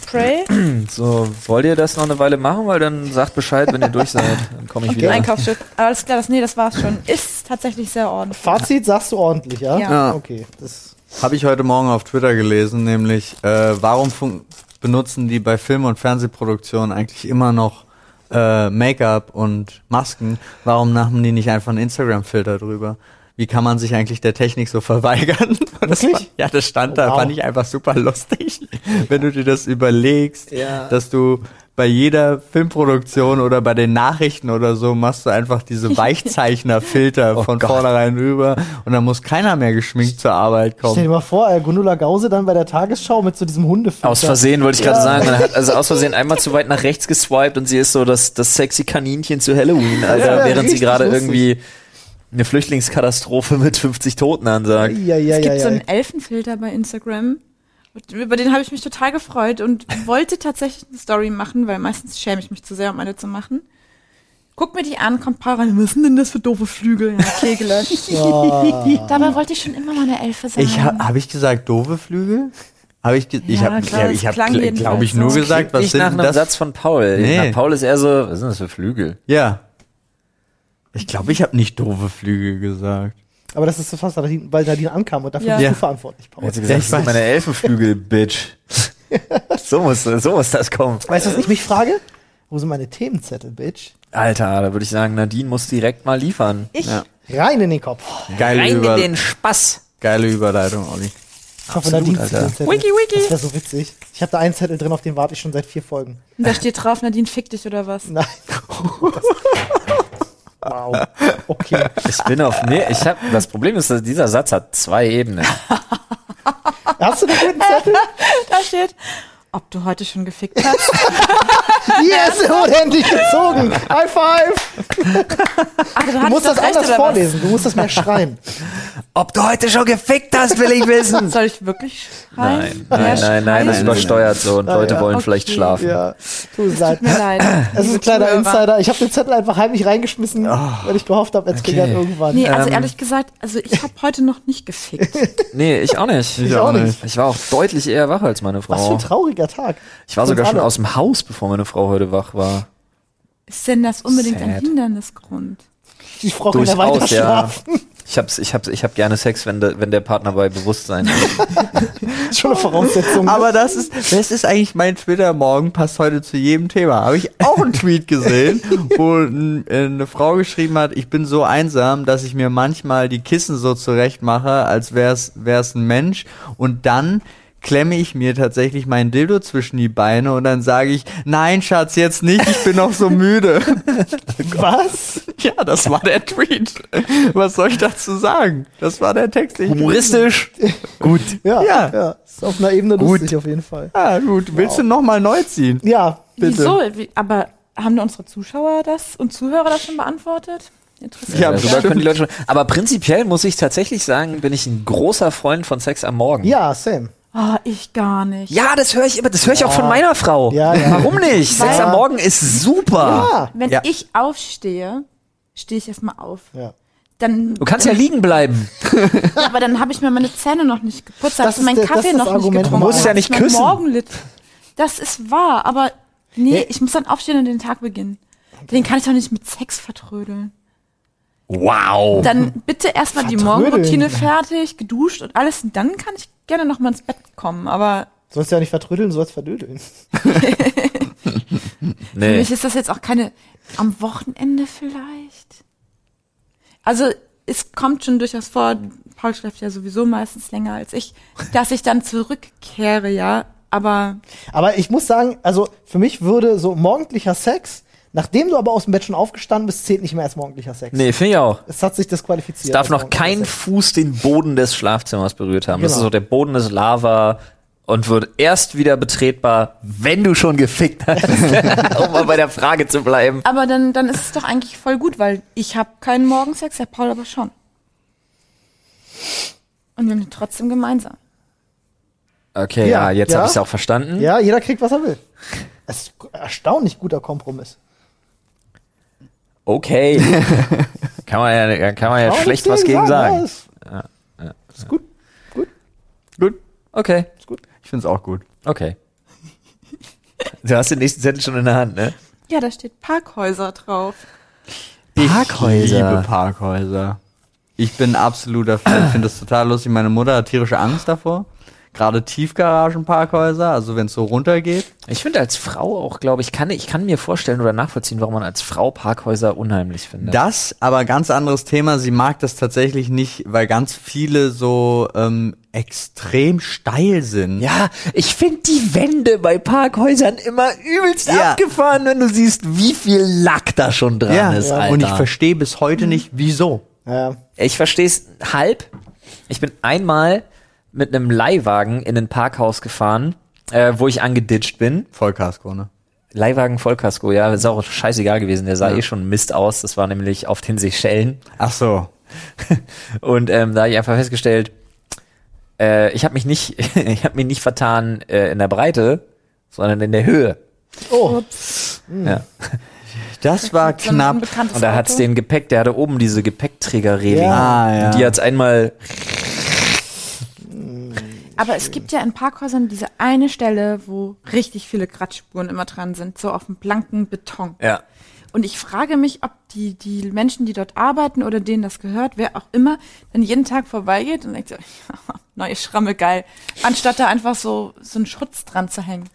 Spray,
So, wollt ihr das noch eine Weile machen? Weil dann sagt Bescheid, wenn ihr durch seid. Dann komme ich
ein
wieder.
Einkaufsschiff. Alles klar, das, nee, das war's schon. Ist tatsächlich sehr ordentlich.
Fazit sagst du ordentlich, ja?
Ja.
Ja.
Okay. Das,
Habe ich heute Morgen auf Twitter gelesen, nämlich äh, warum fun- benutzen die bei Film- und Fernsehproduktionen eigentlich immer noch äh, Make-up und Masken? Warum machen die nicht einfach einen Instagram-Filter drüber? Wie kann man sich eigentlich der Technik so verweigern? Und Das
Wirklich?
fand, ja, das stand
Oh,
da,
wow.
fand ich einfach super lustig, wenn du dir das überlegst,
Ja.
dass du bei jeder Filmproduktion oder bei den Nachrichten oder so machst du einfach diese Weichzeichner-Filter
Oh
von vornherein rüber und dann muss keiner mehr geschminkt zur Arbeit kommen.
stell dir mal vor, äh, Gundula Gause dann bei der Tagesschau mit so diesem Hundefilter.
Aus Versehen wollte ich gerade sagen, man hat also aus Versehen einmal zu weit nach rechts geswiped und sie ist so das, das sexy Kaninchen zu Halloween, Alter,
Ja,
während sie
richtig
gerade
lustig.
irgendwie eine Flüchtlingskatastrophe mit 50 Toten ansagt.
Ja, ja,
Es
ja,
gibt so
ja.
einen Elfenfilter bei Instagram. Und Über den habe ich mich total gefreut und wollte tatsächlich eine Story machen, weil meistens schäme ich mich zu sehr, um eine zu machen. Guck mir die an, kommt Paran, was sind denn das für doofe Flügel? Ja, okay, gelöscht. Dabei wollte ich schon immer mal eine Elfe sein.
Ich habe hab ich gesagt doofe Flügel? Habe ich ge- ich
Ähm. Ja,
habe
klar,
ja, ich
es
habe
klang jedenfalls
glaube ich
so.
nur
Das
gesagt, was
Nicht
sind
nach
denn
einem
das?
Satz von Paul.
Nee.
Nach Paul ist eher so, was sind das für Flügel?
Ja. Ich glaube, ich habe nicht doofe Flügel gesagt.
Aber das ist so fast, weil Nadine ankam und dafür
Ja.
bist
Ja.
du verantwortlich, Paul.
Hat sie
Ja,
gesagt, das
ich
sind
weiß.
meine Elfenflügel, Bitch. so, muss, so muss das kommen.
Weißt du, was ich mich frage? Wo sind meine Themenzettel, Bitch?
Alter, da würde ich sagen, Nadine muss direkt mal liefern.
Ich
Ja.
Rein in den Kopf.
Geile, Über
Spaß.
geile Überleitung, Olli.
Ich hoffe, Nadine zieht
Alter.
den Zettel.
Wiki, wiki.
Das wäre so witzig. Ich habe da einen Zettel drin, auf den warte ich schon seit vier Folgen.
Und da steht drauf, Nadine fick dich oder was?
Nein. wow. Okay.
Ich bin auf nee, ich hab das Problem ist, dass dieser Satz hat zwei Ebenen.
Hast du den guten Zettel?
Da steht, ob du heute schon gefickt hast.
Yes, er wurde endlich gezogen. High five.
Ach,
Du musst das anders
vorlesen.
vorlesen. Du musst das mehr schreien.
Ob du heute schon gefickt hast, will ich wissen.
Soll ich wirklich schreien?
Nein, nein,
Ja,
nein, nein, das
schreien.
übersteuert so und Leute
ja.
wollen
Okay.
vielleicht schlafen.
Ja, tut es leid.
Tut mir leid.
Es ist ein
liebe
kleiner
Zuhörer.
Insider. Ich habe den Zettel einfach heimlich reingeschmissen, weil ich gehofft habe, jetzt kriegt er ihn
Okay.
irgendwann.
Nee, also
Ähm.
ehrlich gesagt, also ich habe heute noch nicht gefickt.
Nee, ich auch nicht.
Ich auch nicht.
Ich war auch deutlich eher wach als meine
Was für
Frau.
ein trauriger Tag.
Oh. Ich war
Für
sogar
uns
schon
alle.
aus dem Haus, bevor meine Frau heute wach war.
Ist denn das unbedingt ein
Sad.
Hindernisgrund?
Die Frau kann ja weiter schlafen.
Ich hab's, ich hab's, ich hab gerne Sex, wenn, der- wenn der Partner bei Bewusstsein ist.
Schon eine
Um
Voraussetzung.
Aber das ist, das ist eigentlich mein Twitter morgen, passt heute zu jedem Thema. Habe ich auch einen Tweet gesehen, wo n- äh, eine Frau geschrieben hat, ich bin so einsam, dass ich mir manchmal die Kissen so zurecht mache, als wär's, wär's ein Mensch. Und dann klemme ich mir tatsächlich meinen Dildo zwischen die Beine und dann sage ich, nein, Schatz, jetzt nicht, ich bin noch so müde.
was?
ja, das war der Tweet. Was soll ich dazu sagen? Das war der Text. den ich-
Humoristisch. Gut.
Ja, ja.
Ja.
Ist auf einer Ebene
Gut.
lustig auf jeden Fall.
Ah, gut. Willst du nochmal neu ziehen?
Ja,
Bitte.
Wieso? Wie, aber haben unsere Zuschauer das und Zuhörer das schon beantwortet? Interessant.
Ja,
Ja, darüber
stimmt.
können die Leute schon. Aber prinzipiell muss ich tatsächlich sagen, bin ich ein großer Freund von Sex am Morgen.
ja, same.
Ah, ich gar nicht.
Ja, das höre ich immer. Das höre ich auch von meiner Frau.
Ja, ja.
Warum nicht? Sex
Weil-
am Morgen ist super.
Ah.
Wenn
Ja.
ich aufstehe, stehe ich erstmal auf.
Ja.
Dann,
Du kannst ja liegen bleiben.
aber dann habe ich mir meine Zähne noch nicht
Das
geputzt, habe
ist
meinen
der- das
Kaffee
ist das
noch nicht
Argument. Du
getrunken.
musst
ja
hab
nicht
ich mein
küssen.
Morgenlitt. Das ist wahr, aber nee,
Nee.
ich muss dann aufstehen und den Tag beginnen. Den kann ich doch nicht mit Sex vertrödeln.
Wow.
Dann bitte erstmal die
Vertrödeln.
Morgenroutine fertig, geduscht und alles. Und dann kann ich gerne noch mal ins Bett kommen. Aber
Sollst du ja nicht vertrödeln, du sollst verdödeln.
für
Nee.
mich ist das jetzt auch keine. Am Wochenende vielleicht. Also es kommt schon durchaus vor. Paul schläft ja sowieso meistens länger als ich, dass ich dann zurückkehre, ja. Aber
Aber ich muss sagen, also für mich würde so morgendlicher Sex, nachdem du aber aus dem Bett schon aufgestanden bist, zählt nicht mehr als morgendlicher Sex.
Nee, finde ich auch.
Es hat sich disqualifiziert.
Es darf
als
noch
morgendlicher
kein
Sex.
Fuß den Boden des Schlafzimmers berührt haben. Das
Genau.
ist so der Boden des Lava und wird erst wieder betretbar, wenn du schon gefickt hast, um mal bei der Frage zu bleiben.
Aber dann, dann ist es doch eigentlich voll gut, weil ich habe keinen Morgensex, der Paul aber schon. Und wir haben den trotzdem gemeinsam.
Okay, ja,
Ja,
jetzt
ja.
habe ich es auch verstanden.
Ja, jeder kriegt, was er will. Das ist ein erstaunlich guter Kompromiss.
Okay. kann man ja, kann man ja
Kann man
schlecht
nichts
was gegen sagen.
Ja, ist, ist gut.
Gut.
Okay,
Ich find's auch gut.
okay. Du hast den nächsten Zettel schon in der Hand, ne?
Ja, da steht Parkhäuser drauf.
Ich
Parkhäuser.
liebe Parkhäuser. Ich bin ein absoluter Fan. Ich finde das total lustig. Meine Mutter hat tierische Angst davor. Gerade Tiefgaragenparkhäuser, also wenn es so runtergeht.
Ich finde als Frau auch, glaube ich, kann ich kann mir vorstellen oder nachvollziehen, warum man als Frau Parkhäuser unheimlich findet.
Das, aber ganz anderes Thema. Sie mag das tatsächlich nicht, weil ganz viele so ähm, extrem steil sind.
ja, ich finde die Wände bei Parkhäusern immer übelst
Ja.
abgefahren, wenn du siehst, wie viel Lack da schon dran
Ja,
ist, Alter.
und ich verstehe bis heute nicht, wieso.
Ja.
Ich verstehe es halb. Ich bin einmal mit einem Leihwagen in ein Parkhaus gefahren, äh, wo ich angeditscht bin.
Vollkasko, ne?
Leihwagen Vollkasko, ja, ist auch scheißegal gewesen. Der sah
Ja.
eh schon Mist aus. Das war nämlich auf den Seychellen.
Ach so.
Und ähm, da habe ich einfach festgestellt, äh, ich habe mich nicht, ich habe mich nicht vertan äh, in der Breite, sondern in der Höhe.
Oh,
Ja.
Das war
So ein
knapp.
unbekanntes
Und da hat's
Auto.
den Gepäck, der hatte oben diese Gepäckträgerreling.
Ja.
Ah, ja.
Und die hat's einmal.
Aber es gibt ja in Parkhäusern diese eine Stelle, wo richtig viele Kratzspuren immer dran sind, so auf dem blanken Beton.
Ja.
Und ich frage mich, ob die, die Menschen, die dort arbeiten oder denen das gehört, wer auch immer, dann jeden Tag vorbeigeht und denkt so, neue Schramme, geil. Anstatt da einfach so, so einen Schutz dran zu hängen.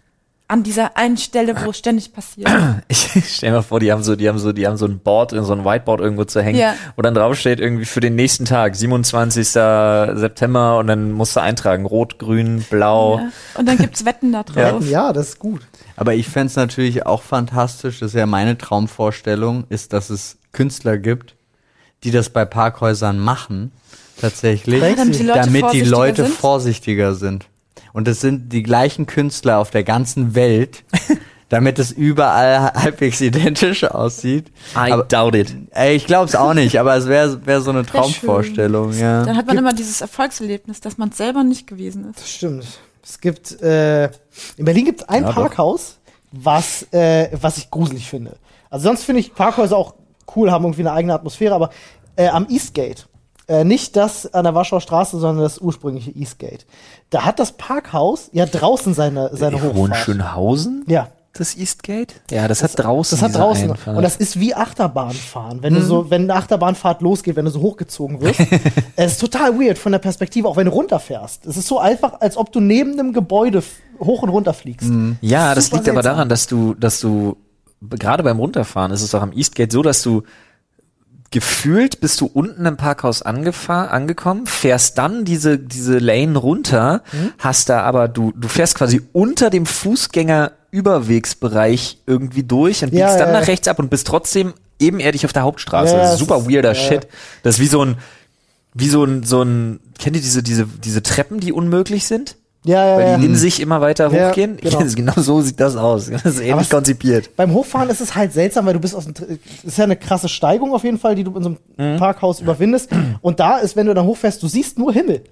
An dieser einen Stelle, wo es ständig passiert.
Ich stell mir vor, die haben so, die haben so, die haben so ein Board, so ein Whiteboard irgendwo zu hängen,
Ja.
wo dann draufsteht irgendwie für den nächsten Tag, 27. September, und dann musst du eintragen, rot, grün, blau.
Ja. Und dann gibt's Wetten da drauf.
ja, das ist gut.
Aber ich fänd's natürlich auch fantastisch, das ist ja meine Traumvorstellung, ist, dass es Künstler gibt, die das bei Parkhäusern machen, tatsächlich,
Echt?
Damit die Leute
damit die
vorsichtiger
Leute
sind.
vorsichtiger sind. Und es sind die gleichen Künstler auf der ganzen Welt, damit es überall halbwegs identisch aussieht.
I
Aber,
doubt it.
ey, ich glaub's auch nicht, aber es wäre wär so eine Traumvorstellung, ja.
Dann hat man immer dieses Erfolgserlebnis, dass man selber nicht gewesen ist.
Das stimmt. Es gibt, äh, in Berlin gibt es ein
Ja, doch.
Parkhaus, was, äh, was ich gruselig finde. Also sonst finde ich Parkhäuser auch cool, haben irgendwie eine eigene Atmosphäre, aber äh, am Eastgate. Äh, nicht das an der Warschauer Straße, sondern das ursprüngliche Eastgate. Da hat das Parkhaus ja draußen seine, seine Hochfahrt.
Schönhausen,
Ja,
das Eastgate? Ja, das hat draußen.
das hat
diese
draußen.
Einfahrt. Hm?
Und das ist wie Achterbahnfahren. Wenn du so, wenn eine Achterbahnfahrt losgeht, wenn du so hochgezogen wirst, es ist total weird von der Perspektive, auch wenn du runterfährst. Es ist so einfach, als ob du neben einem Gebäude f- hoch und runter fliegst.
Ja, das
Super
liegt aber
seltsam.
daran, dass du, dass du b- gerade beim Runterfahren ist es doch am Eastgate so, dass du gefühlt bist du unten im Parkhaus angefahr, angekommen, fährst dann diese diese Lane runter,
Mhm.
hast da aber du du fährst quasi unter dem Fußgängerüberwegsbereich irgendwie durch und
Ja,
biegst dann
ja,
nach
ja.
rechts ab und bist trotzdem ebenerdig auf der Hauptstraße.
Ja,
das ist
es
super
ist-
weirder
ja, ja.
Shit. Das ist wie so ein wie so ein so ein kennt ihr diese diese diese Treppen, die unmöglich sind?
Ja, ja, ja.
weil die in sich immer weiter
Ja,
hochgehen.
genau.
genau so sieht das aus. Das ist ähnlich
es-
konzipiert.
Beim Hochfahren ist es halt seltsam, weil du bist aus dem, Tr- es ist ja eine krasse Steigung auf jeden Fall, die du in so einem
Hm.
Parkhaus überwindest. Und da ist, wenn du dann hochfährst, du siehst nur Himmel.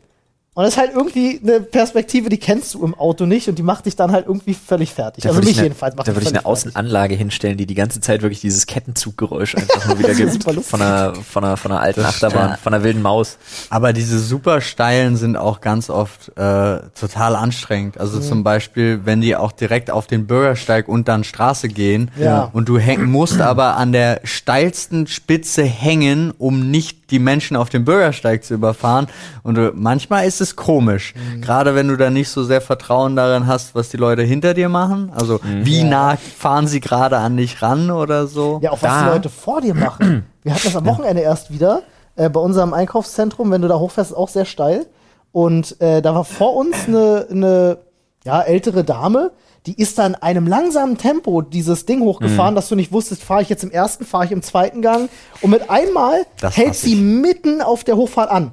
Und das ist halt irgendwie eine Perspektive, die kennst du im Auto nicht und die macht dich dann halt irgendwie völlig fertig. also mich jedenfalls macht
Da
die
würde ich
völlig
eine Außenanlage hinstellen, die die ganze Zeit wirklich dieses Kettenzuggeräusch einfach nur wieder gibt.
super lustig.
Von einer, von einer, von einer alten Achterbahn, von einer wilden Maus.
Aber diese super steilen sind auch ganz oft äh, total anstrengend.
Mhm.
Also zum Beispiel, wenn die auch direkt auf den Bürgersteig und dann Straße gehen
Ja.
und du häng, musst aber an der steilsten Spitze hängen, um nicht die Menschen auf dem Bürgersteig zu überfahren. Und du, manchmal ist es komisch,
Mhm.
gerade wenn du da nicht so sehr Vertrauen darin hast, was die Leute hinter dir machen. Also wie nah fahren sie gerade an dich ran oder so.
Ja, auch was
Da-
die Leute vor dir machen. Wir hatten das am Wochenende erst wieder äh, bei unserem Einkaufszentrum. Wenn du da hochfährst, ist auch sehr steil. Und äh, da war vor uns eine, eine ja, ältere Dame, die ist da in einem langsamen Tempo dieses Ding hochgefahren, dass du nicht wusstest, fahre ich jetzt im ersten, fahre ich im zweiten Gang. Und mit einmal
Das
hält
hasse
sie
ich.
mitten auf der Hochfahrt an.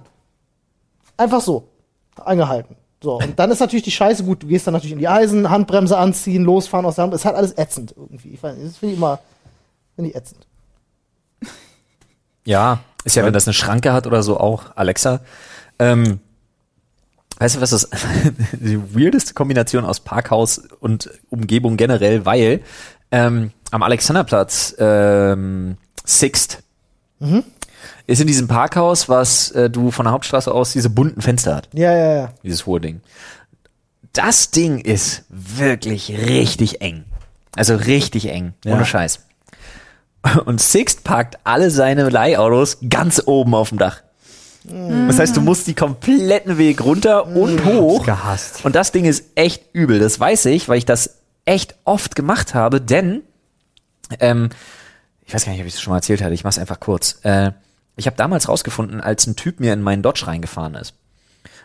Einfach so. Angehalten. So, und dann ist natürlich die Scheiße gut. Du gehst dann natürlich in die Eisen, Handbremse anziehen, losfahren aus der Handbremse. Es hat alles ätzend irgendwie. Ich fand, das finde ich immer finde ich ätzend.
Ja, ist ja, wenn das eine Schranke hat oder so auch, Alexa. Ähm, weißt du, was das die weirdeste Kombination aus Parkhaus und Umgebung generell, weil ähm, am Alexanderplatz ähm, Sixt ist in diesem Parkhaus, was äh, du von der Hauptstraße aus diese bunten Fenster hat,
Ja, ja, ja.
dieses hohe Ding. Das Ding ist wirklich richtig eng. Also richtig eng, ohne Scheiß. Und Sixt parkt alle seine Leihautos ganz oben auf dem Dach. Das heißt, du musst die kompletten Weg runter und hoch.
gehasst.
Und das Ding ist echt übel. Das weiß ich, weil ich das echt oft gemacht habe, denn ähm, ich weiß gar nicht, ob ich es schon mal erzählt hatte. Ich mache es einfach kurz. Äh, ich habe damals rausgefahren, als ein Typ mir in meinen Dodge reingefahren ist.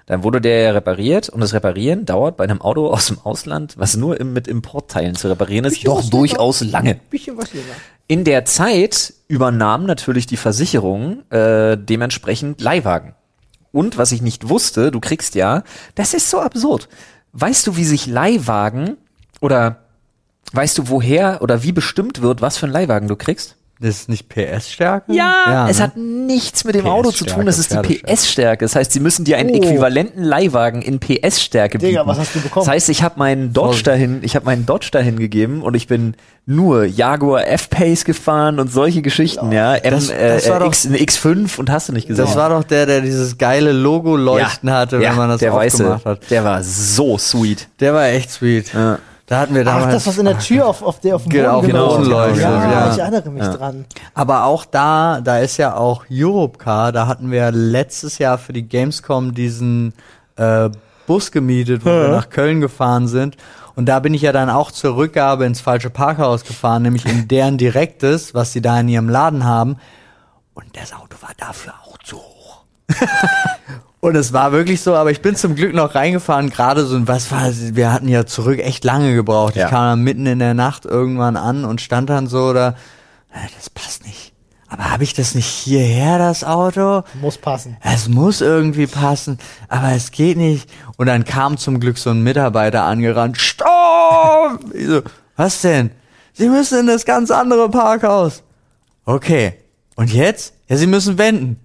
Dann wurde der ja repariert und das Reparieren dauert bei einem Auto aus dem Ausland, was nur im, mit Importteilen zu reparieren ist, doch durchaus lange.
Bisschen was ne? länger.
In der Zeit übernahm natürlich die Versicherung äh, dementsprechend Leihwagen. Und was ich nicht wusste, du kriegst ja, das ist so absurd. Weißt du, wie sich Leihwagen oder weißt du, woher oder wie bestimmt wird, was für ein Leihwagen du kriegst?
Das ist nicht PS-Stärke?
Ja, es
ne?
hat nichts mit dem Auto zu tun, es ist die
PS-Stärke.
PS-Stärke. Das heißt, sie müssen dir einen
Oh.
äquivalenten Leihwagen in PS-Stärke bieten.
Digga, was hast du bekommen?
Das heißt, ich habe meinen Dodge dahin, ich habe meinen Dodge dahin gegeben und ich bin nur Jaguar F-Pace gefahren und solche Geschichten, ja, M,
Das-
äh,
das war
äh,
doch-
X, ein X5 und hast du nicht gesagt.
Das war doch der, der dieses geile Logo leuchten hatte, wenn man das
der weiße,
aufgemacht hat.
der war so sweet.
Der war echt sweet. Da hatten wir damals.
Ach, das, was in der Tür auf, auf der auf dem
Genau,
Boden
genau,
gelaufen
genau,
ist. ja,
ja.
ich erinnere mich dran.
Aber auch da, da ist ja auch Europcar, da hatten wir letztes Jahr für die Gamescom diesen äh, Bus gemietet, wo wir nach Köln gefahren sind. Und da bin ich ja dann auch zur Rückgabe ins falsche Parkhaus gefahren, nämlich in deren direktes, was sie da in ihrem Laden haben. Und das Auto war dafür auch zu hoch. Und es war wirklich so, aber ich bin zum Glück noch reingefahren, gerade so, was war, das? wir hatten ja zurück echt lange gebraucht.
Ja.
Ich kam dann mitten in der Nacht irgendwann an und stand dann so da, "Na, das passt nicht. Aber habe ich das nicht hierher, das Auto?
Muss passen.
Es muss irgendwie passen, aber es geht nicht. Und dann kam zum Glück so ein Mitarbeiter angerannt. Stopp! Ich so, was denn? Sie müssen in das ganz andere Parkhaus. Okay. Und jetzt? Ja, Sie müssen wenden.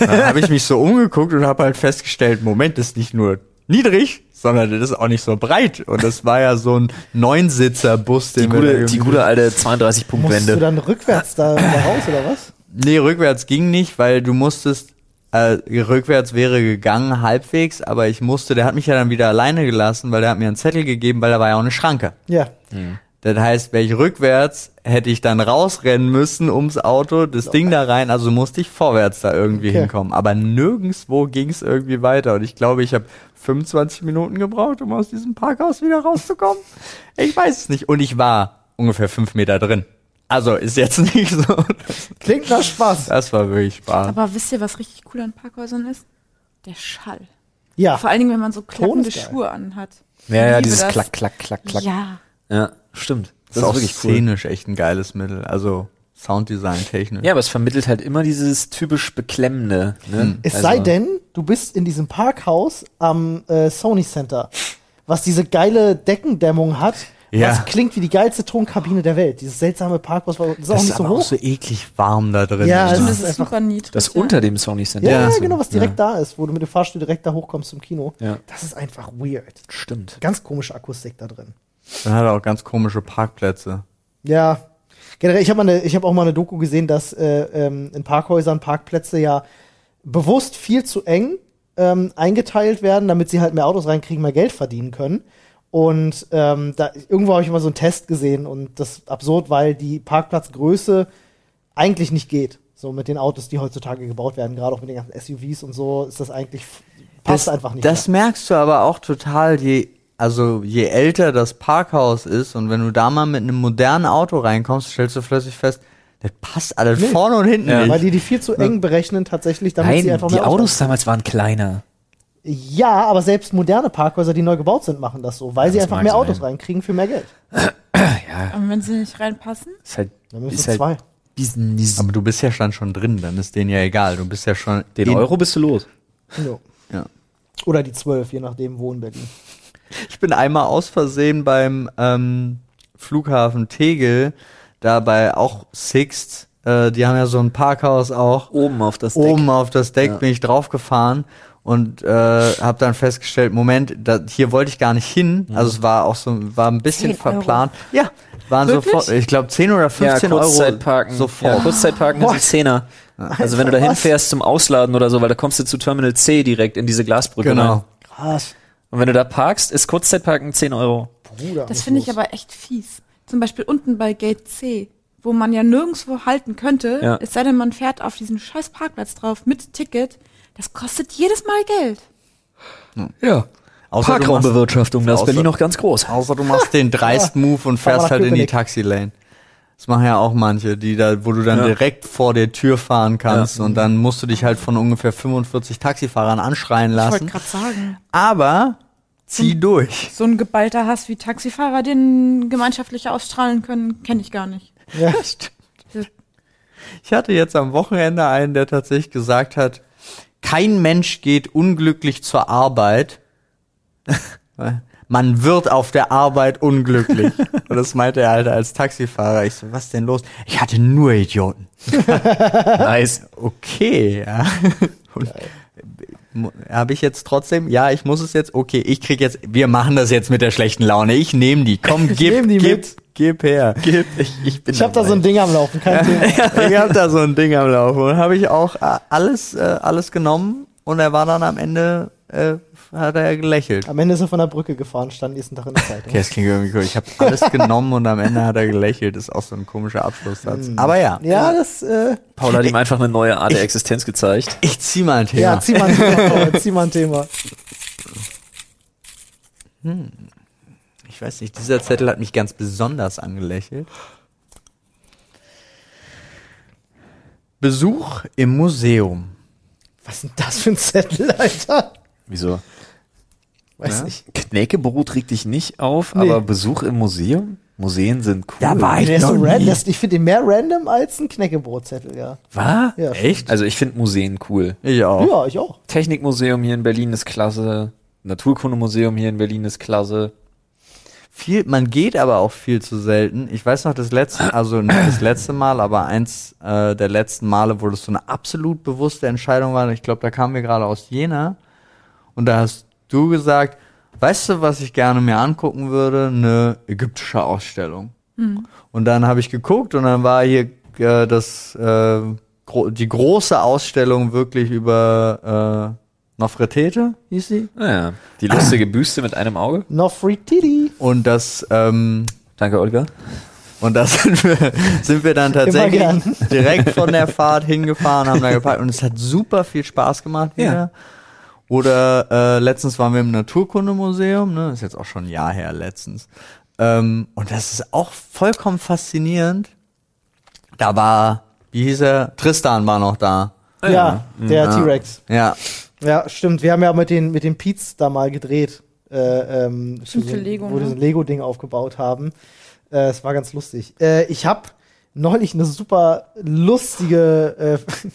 Dann habe ich mich so umgeguckt und habe halt festgestellt, Moment, das ist nicht nur niedrig, sondern das ist auch nicht so breit. Und das war ja so ein Neunsitzer-Bus, den
Die
wir da
gute, die
irgendwie-
gute alte
Musstest du
32-Punkt-Wende.
dann rückwärts da wieder raus oder was?
Nee, rückwärts ging nicht, weil du musstest, äh, rückwärts wäre gegangen, halbwegs, aber ich musste, der hat mich ja dann wieder alleine gelassen, weil der hat mir einen Zettel gegeben, weil da war ja auch eine Schranke.
Ja.
Das heißt, wäre ich rückwärts, hätte ich dann rausrennen müssen ums Auto, das Ding da rein, also musste ich vorwärts da irgendwie
Okay.
hinkommen. Aber nirgendwo ging es irgendwie weiter. Und ich glaube, ich habe 25 Minuten gebraucht, um aus diesem Parkhaus wieder rauszukommen. Ich weiß es nicht. Und ich war ungefähr fünf Meter drin. Also ist jetzt nicht so.
Klingt nach Spaß.
Das war wirklich Spaß.
Aber wisst ihr, was richtig cool an Parkhäusern ist? Der Schall.
Ja.
Vor allen Dingen, wenn man so klappende
ist geil.
Schuhe anhat.
Ja,
Ich
ja,
liebe
dieses
das.
Klack, Klack, Klack, Klack.
Ja.
Ja, stimmt.
Das ist auch szenisch echt ein geiles Mittel. Also Sounddesign technisch.
Ja, aber es vermittelt halt immer dieses typisch Beklemmende. Ne?
Es
Also-
sei denn, du bist in diesem Parkhaus am äh, Sony Center, was diese geile Deckendämmung hat,
Ja.
was klingt wie die geilste Tonkabine der Welt. Dieses seltsame Parkhaus war ist auch
Das ist
nicht so
aber auch
hoch.
so eklig warm da drin. ne?
Ja,
immer.
Stimmt,
Das
das
ist
ist
einfach-
super niedrig.
Das
ja.
unter dem Sony Center.
ja, ja,
ist.
genau, was direkt da ist, wo du mit dem Fahrstuhl direkt da hochkommst zum Kino.
Ja.
Das ist einfach weird.
Stimmt.
Ganz komische Akustik da drin.
Dann hat er auch ganz komische Parkplätze.
Ja. Generell, ich habe mal eine- ich hab auch mal eine Doku gesehen, dass äh, ähm, in Parkhäusern Parkplätze ja bewusst viel zu eng ähm, eingeteilt werden, damit sie halt mehr Autos reinkriegen, mehr Geld verdienen können. Und ähm, da, irgendwo habe ich mal so einen Test gesehen und das ist absurd, weil die Parkplatzgröße eigentlich nicht geht. So mit den Autos, die heutzutage gebaut werden, gerade auch mit den ganzen SUVs und so, ist das eigentlich passt
das,
einfach nicht.
Das merkst du aber auch total, je, also je älter das Parkhaus ist und wenn du da mal mit einem modernen Auto reinkommst, stellst du plötzlich fest, das passt alles vorne und hinten
mehr. Weil
nicht.
die die viel zu eng berechnen tatsächlich, damit sie
Nein,
einfach
die
mehr
Autos damals waren kleiner.
Ja, aber selbst moderne Parkhäuser, die neu gebaut sind, machen das so, weil sie
das
einfach
mag
mehr
sein.
Autos reinkriegen für mehr Geld.
Und wenn sie nicht reinpassen?
Ist halt,
Dann
ist
müssen wir
halt
zwei.
diesen,
Aber
diesen
du bist ja dann schon drin, dann ist denen ja egal. Du bist ja schon
den
in-
Euro bist du los.
Jo.
Ja.
Oder die 12, je nachdem, wo in Berlin.
Ich bin einmal aus Versehen beim ähm, Flughafen Tegel, dabei auch Sixt. Äh, die haben ja so ein Parkhaus auch.
Oben auf Oh, das
Oben auf das Deck bin ich draufgefahren und äh, habe dann festgestellt, Moment, da, hier wollte ich gar nicht hin. Also es war auch so, war ein bisschen
10 Euro.
verplant. Ja, waren
Wirklich?
sofort, ich glaube 10 oder
Ja,
15 Euro
Kurzzeitparken.
sofort.
Ja, Kurzzeitparken ist ein Zehner. Also wenn du da
was?
hinfährst zum Ausladen oder so, weil da kommst du zu Terminal C direkt in diese Glasbrücke rein.
Genau.
Krass.
Und wenn du da parkst, ist Kurzzeitparken 10 Euro.
Bruder.
Das finde ich aber echt fies. Zum Beispiel unten bei Gate C, wo man ja nirgendwo halten könnte,
Ja.
es sei denn, man fährt auf diesen scheiß Parkplatz drauf mit Ticket. Das kostet jedes Mal Geld.
Ja.
Außer du, machst,
Parkraumbewirtschaftung, da ist
Außer-
Berlin noch ganz groß.
außer du machst den dreisten Move und
Fahr mal nach
fährst halt in die
Köpenick.
Taxilane. Das machen ja auch manche, die da, wo du dann
Ja.
direkt vor der Tür fahren kannst und dann musst du dich halt von ungefähr 45 Taxifahrern anschreien
Ich wollte
lassen.
gerade sagen.
Aber
Hm.
zieh durch.
So ein geballter Hass wie Taxifahrer, den gemeinschaftliche ausstrahlen können, kenne ich gar nicht.
Ja.
Ich hatte jetzt am Wochenende einen, der tatsächlich gesagt hat, kein Mensch geht unglücklich zur Arbeit. Man wird auf der Arbeit unglücklich. Und das meinte er halt als Taxifahrer. Ich so, was denn los? Ich hatte nur Idioten.
Nice.
Okay, ja. Und habe ich jetzt trotzdem, ja, ich muss es jetzt, okay, ich krieg jetzt, wir machen das jetzt mit der schlechten Laune. Ich nehme die. Komm, gib,
nehm die
gib,
mit.
gib her.
Gib, ich, ich bin
Ich habe da so ein Ding am Laufen, kein Thema.
ich hab da so ein Ding am Laufen und habe ich auch äh, alles äh, alles genommen und er war dann am Ende äh, hat er gelächelt.
Am Ende ist er von der Brücke gefahren, stand nächsten Tag in der Zeitung.
Okay, das klingt irgendwie cool. Ich habe alles genommen und am Ende hat er gelächelt. Ist auch so ein komischer Abschlusssatz. Aber ja,
Hm. Ja, das, äh,
Paul hat ihm einfach eine neue Art der Existenz gezeigt.
ich zieh mal ein Thema.
ja, zieh mal ein Thema vor, zieh mal ein Thema.
Ich weiß nicht, dieser Zettel hat mich ganz besonders angelächelt. Besuch im Museum.
Was ist denn das für ein Zettel, Alter?
Wieso?
Weiß
Ja?
nicht.
Knäckebrot regt dich nicht auf, aber Besuch im Museum? Museen sind cool.
Da war ich
Der ist so
noch
ran,
nie.
das, ich finde ihn mehr random als ein Knäckebrotzettel, ja.
War?
Ja,
Echt?
Also ich finde Museen cool.
Ich auch.
Ja, ich auch.
Technikmuseum hier in Berlin ist klasse. Naturkundemuseum hier in Berlin ist klasse.
viel, man geht aber auch viel zu selten. Ich weiß noch das letzte, also nicht das letzte Mal, aber eins äh, der letzten Male, wo das so eine absolut bewusste Entscheidung war. Ich glaube, da kamen wir gerade aus Jena und da hast du gesagt, weißt du, was ich gerne mir angucken würde? Eine ägyptische Ausstellung. Und dann habe ich geguckt und dann war hier äh, das äh, gro die große Ausstellung wirklich über äh, Nofretete, hieß sie.
Naja, die lustige Büste mit einem Auge.
No free titty.
Und das ähm,
Danke, Olga.
Und da sind wir, sind wir dann tatsächlich
gern.
direkt von der Fahrt hingefahren, haben da geparkt und es hat super viel Spaß gemacht wieder.
Ja.
Oder äh, letztens waren wir im Naturkundemuseum, ne? Ist jetzt auch schon ein Jahr her letztens. Ähm, und das ist auch vollkommen faszinierend. Da war, wie hieß er? Tristan war noch da.
Ja, der T-Rex.
Ja.
Ja, stimmt. Wir haben ja mit den, mit den Peets da mal gedreht. Äh, ähm, für
Stimmt,
so,
für Lego,
wo wir
ne?
so ein Lego-Ding aufgebaut haben. Äh, es war ganz lustig. Äh, ich habe neulich eine super lustige äh,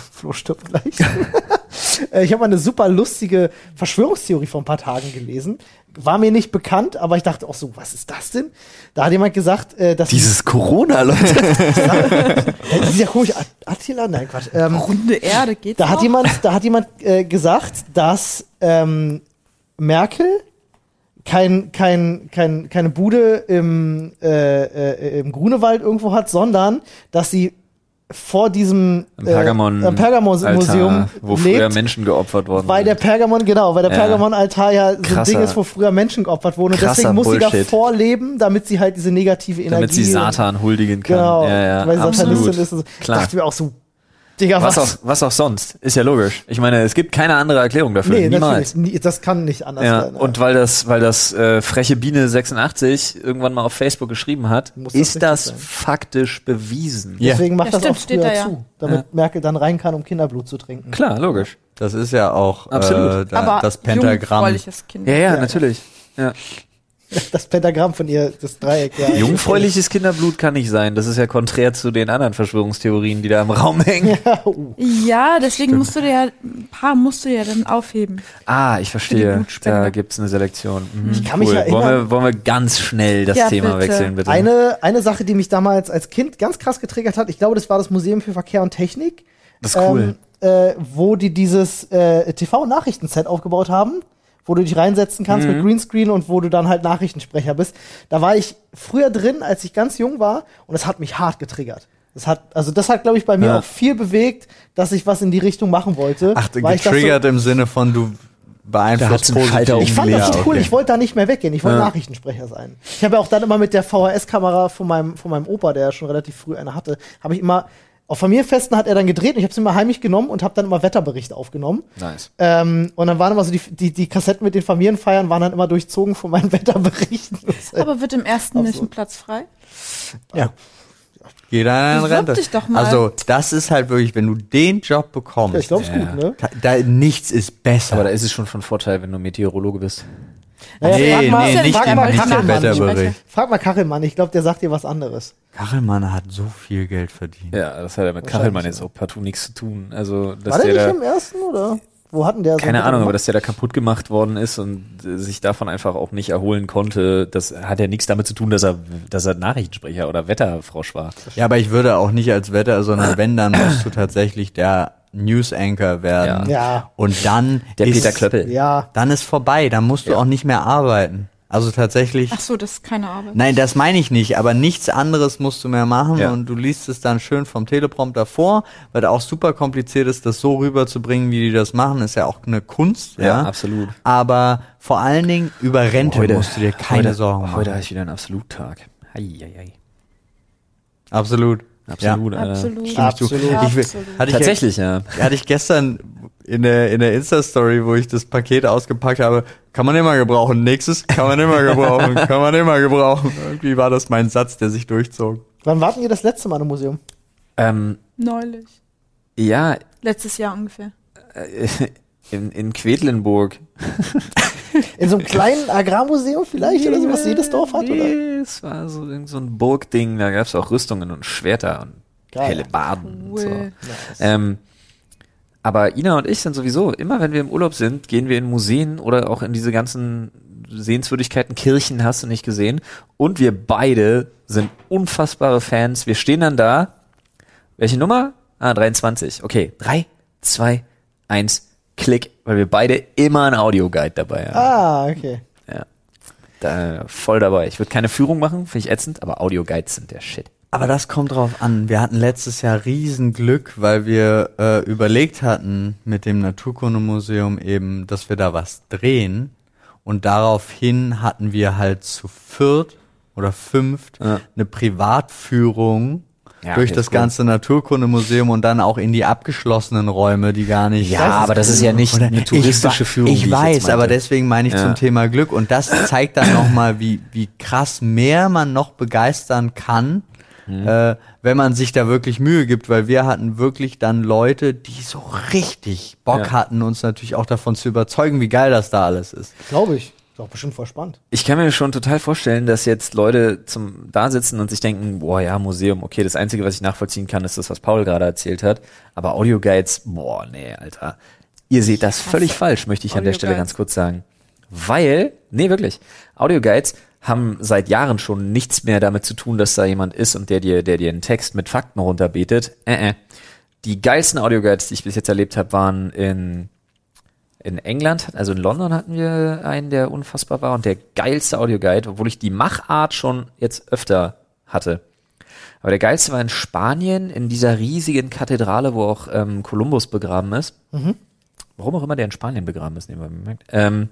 Flo stirbt gleich. Äh, ich habe mal eine super lustige Verschwörungstheorie vor ein paar Tagen gelesen. War mir nicht bekannt, aber ich dachte auch so, was ist das denn? Da hat jemand gesagt, äh, dass
Dieses Corona, Leute.
das ist ja komisch. At- Attila, nein Quatsch. Ähm,
Runde Erde geht
da hat jemand, da hat jemand äh, gesagt, dass ähm, Merkel kein, kein, kein, keine Bude im, äh, äh, im Grunewald irgendwo hat, sondern dass sie vor diesem
Im Pergamon.
äh, am Pergamon-Museum
Alter, wo früher
lebt,
Menschen geopfert worden
weil der
sind.
Pergamon, genau, weil der
Ja.
Pergamon-Altar ja so ein
Krasser-
Ding ist, wo früher Menschen geopfert wurden. Und
krasser
deswegen muss sie
Bullshit.
davor leben, damit sie halt diese negative Energie.
Damit sie Satan huldigen kann.
Genau,
ja, ja,
weil sie
absolut.
Satanistin ist. Und so. Ich
Klar.
dachte mir auch so, Digga,
Was auch, was auch sonst. Ist ja logisch. Ich meine, es gibt keine andere Erklärung dafür.
Nee,
Niemals.
natürlich. Nie- Das kann nicht anders
Ja,
sein.
und weil das, weil das äh, freche Biene 86 irgendwann mal auf Facebook geschrieben hat,
Muss das
ist
richtig
das
sein.
faktisch bewiesen.
Ja.
Deswegen macht
Ja,
das
stimmt,
auch
steht
früher
da ja.
zu, damit Merkel dann rein kann, um Kinderblut zu trinken.
Klar, logisch.
Das ist ja auch äh,
Absolut.
da, das Pentagramm.
Kind.
Ja, ja, natürlich. Ja.
Das Pentagramm von ihr, das Dreieck, ja.
Jungfräuliches Kinderblut kann nicht sein. Das ist ja konträr zu den anderen Verschwörungstheorien, die da im Raum hängen.
Ja, deswegen musst du dir ja, ein paar musst du dir ja dann aufheben.
Ah, ich
Für die
verstehe.
Blutspende.
Da gibt's eine Selektion. Mhm,
Ich kann mich erinnern-
wollen, wir, wollen wir ganz schnell das
Ja,
Thema
bitte.
wechseln, bitte?
Eine, eine Sache, die mich damals als Kind ganz krass getriggert hat, ich glaube, das war das Museum für Verkehr und Technik.
das ist cool.
Ähm, äh, wo die dieses äh, TV-Nachrichtenset aufgebaut haben, wo du dich reinsetzen kannst
Mhm.
mit Greenscreen und wo du dann halt Nachrichtensprecher bist. Da war ich früher drin, als ich ganz jung war, und das hat mich hart getriggert. Das hat, also das hat, glaube ich, bei mir
Ja.
auch viel bewegt, dass ich was in die Richtung machen wollte.
Ach,
weil ich das so-
getriggert im Sinne von du
Da hat's
beeinflusst
einen Schalter
Ich fand das
Ja,
so cool,
Um okay.
ich wollte da nicht mehr weggehen, ich wollte
Ja.
Nachrichtensprecher sein. Ich habe ja auch dann immer mit der VHS-Kamera von meinem, von meinem Opa, der ja schon relativ früh eine hatte, habe ich immer, auf Familienfesten hat er dann gedreht und ich habe sie immer heimlich genommen und habe dann immer Wetterberichte aufgenommen.
Nice.
Ähm, und dann waren immer so die, die, die Kassetten mit den Familienfeiern waren dann immer durchzogen von meinen Wetterberichten. Das, äh,
Aber wird im ersten nicht ein Platz frei?
Jeder an
Bewirb
Rente.
dich doch mal.
Also, das ist halt wirklich, wenn du den Job bekommst,
ich glaube, es ist gut, ne?
da, da, nichts ist besser.
Aber da ist es schon von Vorteil, wenn du Meteorologe bist.
Naja,
Nee,
frag mal,
nee, nicht
frag
im-
mal
nicht im
Kachelmann.
Wetterbericht.
Frag mal Kachelmann, ich glaube, der sagt dir was anderes.
Kachelmann hat so viel Geld verdient.
Ja, das hat ja mit Kachelmann jetzt auch partout nichts zu tun. Also, dass
War der
der
nicht
da,
im ersten, oder? Wo hatten der so
keine
einen
Ahnung, aber
Wetterbericht?
dass der da kaputt gemacht worden ist und äh, sich davon einfach auch nicht erholen konnte, das hat ja nichts damit zu tun, dass er, dass er Nachrichtensprecher oder Wetterfrosch war.
Ja, aber ich würde auch nicht als Wetter, sondern wenn, dann musst du tatsächlich der News Anchor werden.
Ja.
Und dann
Der
ist,
Peter Klöppel.
Ja.
Dann ist vorbei, dann musst du auch nicht mehr arbeiten. Also tatsächlich.
Ach so, das ist keine Arbeit.
Nein, das meine ich nicht, aber nichts anderes musst du mehr machen
Ja.
und du liest es dann schön vom Teleprompter vor, weil da auch super kompliziert ist, das so rüberzubringen, wie die das machen, ist ja auch eine Kunst. Ja,
Ja, absolut.
Aber vor allen Dingen über Rente musst du dir keine
heute,
Sorgen machen.
Heute habe ich wieder einen Absoluttag. Hei, hei, hei.
Absolut.
Absolut. äh,
Absolut.
Ja. Stimme Ich, zu.
Absolut.
ich will,
Absolut.
hatte ich ja-
Tatsächlich, ja.
hatte ich gestern in der, in der Insta-Story, wo ich das Paket ausgepackt habe, kann man immer gebrauchen. Nächstes kann man immer gebrauchen, kann man immer gebrauchen. Irgendwie war das mein Satz, der sich durchzog.
Wann warten ihr das letzte Mal im Museum?
Ähm,
Neulich.
ja,
Letztes Jahr ungefähr.
äh, in, in Quedlinburg.
In so einem kleinen Agrarmuseum vielleicht oder so, was jedes Dorf hat, oder?
Nee, es war so, irgend so ein Burgding, da gab es auch Rüstungen und Schwerter und
Geil.
helle Baden und so.
Cool.
Ähm, aber Ina und ich sind sowieso, immer wenn wir im Urlaub sind, gehen wir in Museen oder auch in diese ganzen Sehenswürdigkeiten, Kirchen hast du nicht gesehen. Und wir beide sind unfassbare Fans. Wir stehen dann da. Welche Nummer? Ah, 23. Okay, 3, 2, 1, Klick, weil wir beide immer einen Audioguide dabei haben.
Ah, okay.
Ja. Da, voll dabei. Ich würde keine Führung machen, finde ich ätzend, aber Audioguides sind der Shit.
Aber das kommt drauf an. Wir hatten letztes Jahr riesen Glück, weil wir äh, überlegt hatten mit dem Naturkundemuseum eben, dass wir da was drehen. Und daraufhin hatten wir halt zu viert oder fünft
Ja.
eine Privatführung
Ja,
durch
okay,
das
ist cool.
ganze Naturkundemuseum und dann auch in die abgeschlossenen Räume, die gar nicht.
Ja, aber das ist ja nicht
Oder-
eine touristische
ich, wa-
Führung,
Ich
die ich jetzt
weiß,
meinte.
aber deswegen meine ich
Ja.
zum Thema Glück. Und das zeigt dann nochmal, wie, wie krass mehr man noch begeistern kann, äh, wenn man sich da wirklich Mühe gibt, weil wir hatten wirklich dann Leute, die so richtig Bock
Ja.
hatten, uns natürlich auch davon zu überzeugen, wie geil das da alles ist.
Glaube ich. Ist auch bestimmt voll spannend.
Ich kann mir schon total vorstellen, dass jetzt Leute zum da sitzen und sich denken, boah ja, Museum, okay, das Einzige, was ich nachvollziehen kann, ist das, was Paul gerade erzählt hat. Aber Audioguides, boah, nee, Alter. Ihr seht das völlig falsch, möchte ich an der Stelle
Audioguides.
ganz kurz sagen. Weil, nee, wirklich, Audioguides haben seit Jahren schon nichts mehr damit zu tun, dass da jemand ist und der dir, der dir einen Text mit Fakten runterbetet. Äh, äh. Die geilsten Audioguides, die ich bis jetzt erlebt habe, waren in in England, also in London hatten wir einen, der unfassbar war und der geilste Audioguide, obwohl ich die Machart schon jetzt öfter hatte. Aber der geilste war in Spanien, in dieser riesigen Kathedrale, wo auch ähm, Kolumbus begraben ist.
Mhm.
Warum auch immer der in Spanien begraben ist, nebenbei bemerkt. Ähm,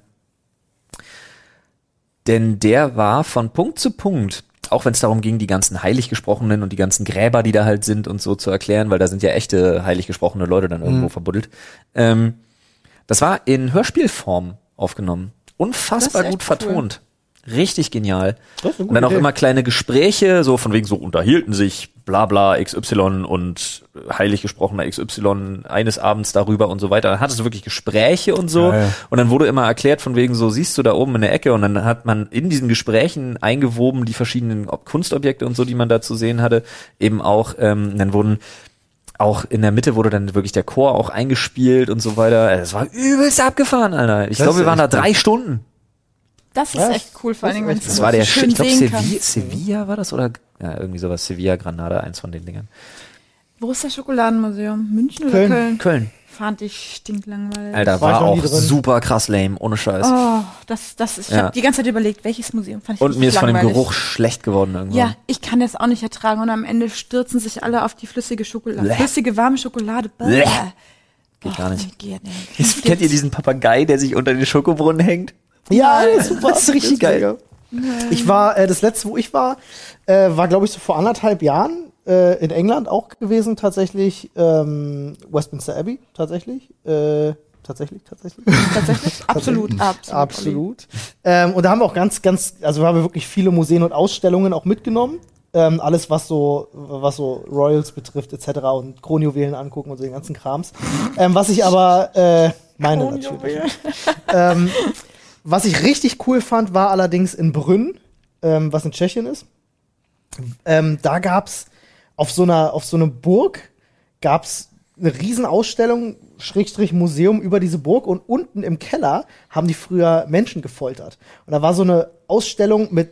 denn der war von Punkt zu Punkt, auch wenn es darum ging, die ganzen Heiliggesprochenen und die ganzen Gräber, die da halt sind und so zu erklären, weil da sind ja echte heiliggesprochene Leute dann
Mhm.
irgendwo verbuddelt. Ähm, das war in Hörspielform aufgenommen.
Das ist
Unfassbar
echt
gut vertont. Richtig genial.
Das ist eine
Und dann auch
gute Idee.
immer kleine Gespräche, so von wegen so unterhielten sich bla bla XY und heilig gesprochener XY eines Abends darüber und so weiter. Dann hattest du wirklich Gespräche und so.
Ja, ja.
Und dann wurde immer erklärt von wegen so, siehst du da oben in der Ecke und dann hat man in diesen Gesprächen eingewoben die verschiedenen Ob Kunstobjekte und so, die man da zu sehen hatte, eben auch, ähm, dann wurden auch in der Mitte wurde dann wirklich der Chor auch eingespielt und so weiter. Also, Es war übelst abgefahren, Alter. Ich
Das
glaube, wir
ist
waren da
echt
drei Stunden.
Das ist
Was?
echt cool, vor allen Dingen, wenn
Das
Das war der Shit.
schön
Ich glaube,
sehen
Sevilla,
kann.
Sevilla war das oder ja, irgendwie sowas. Sevilla, Granada, eins von den Dingern.
Wo ist das Schokoladenmuseum? München
Köln.
oder Köln?
Köln.
Fand ich stinklangweilig.
Alter,
War ich
war,
noch nie
auch
drin.
super krass lame, ohne Scheiß.
Oh, das, das ist, ich
Ja.
habe die ganze Zeit überlegt, welches Museum fand ich
Und mir ist
richtig
von dem
langweilig.
Geruch schlecht geworden irgendwann.
Ja, ich kann das auch nicht ertragen und am Ende stürzen sich alle auf die flüssige Schokolade,
Bleh.
flüssige warme Schokolade.
Bleh. Geht gar nicht.
Nee, geht nicht.
Jetzt Kennt ihr diesen Papagei, der sich unter den Schokobrunnen hängt?
Ja, das ist super.
Das ist richtig geil.
Ich war, äh, das letzte, wo ich war, äh, war, glaube ich, so vor anderthalb Jahren äh, in England auch gewesen, tatsächlich. Ähm, Westminster Abbey, tatsächlich. Äh, tatsächlich, tatsächlich.
Tatsächlich? Absolut, absolut.
Absolut. Ähm, und da haben wir auch ganz, ganz, also wir haben wirklich viele Museen und Ausstellungen auch mitgenommen. Ähm, alles, was so, was so Royals betrifft, etc. und Kronjuwelen angucken und so den ganzen Krams. Ähm, was ich aber, äh, meine natürlich. Ähm, was ich richtig cool fand, war allerdings in Brünn, ähm, was in Tschechien ist. Ähm, da gab's auf so einer, auf so einer Burg gab's eine Riesenausstellung, Schrägstrich Museum über diese Burg und unten im Keller haben die früher Menschen gefoltert. Und da war so eine Ausstellung mit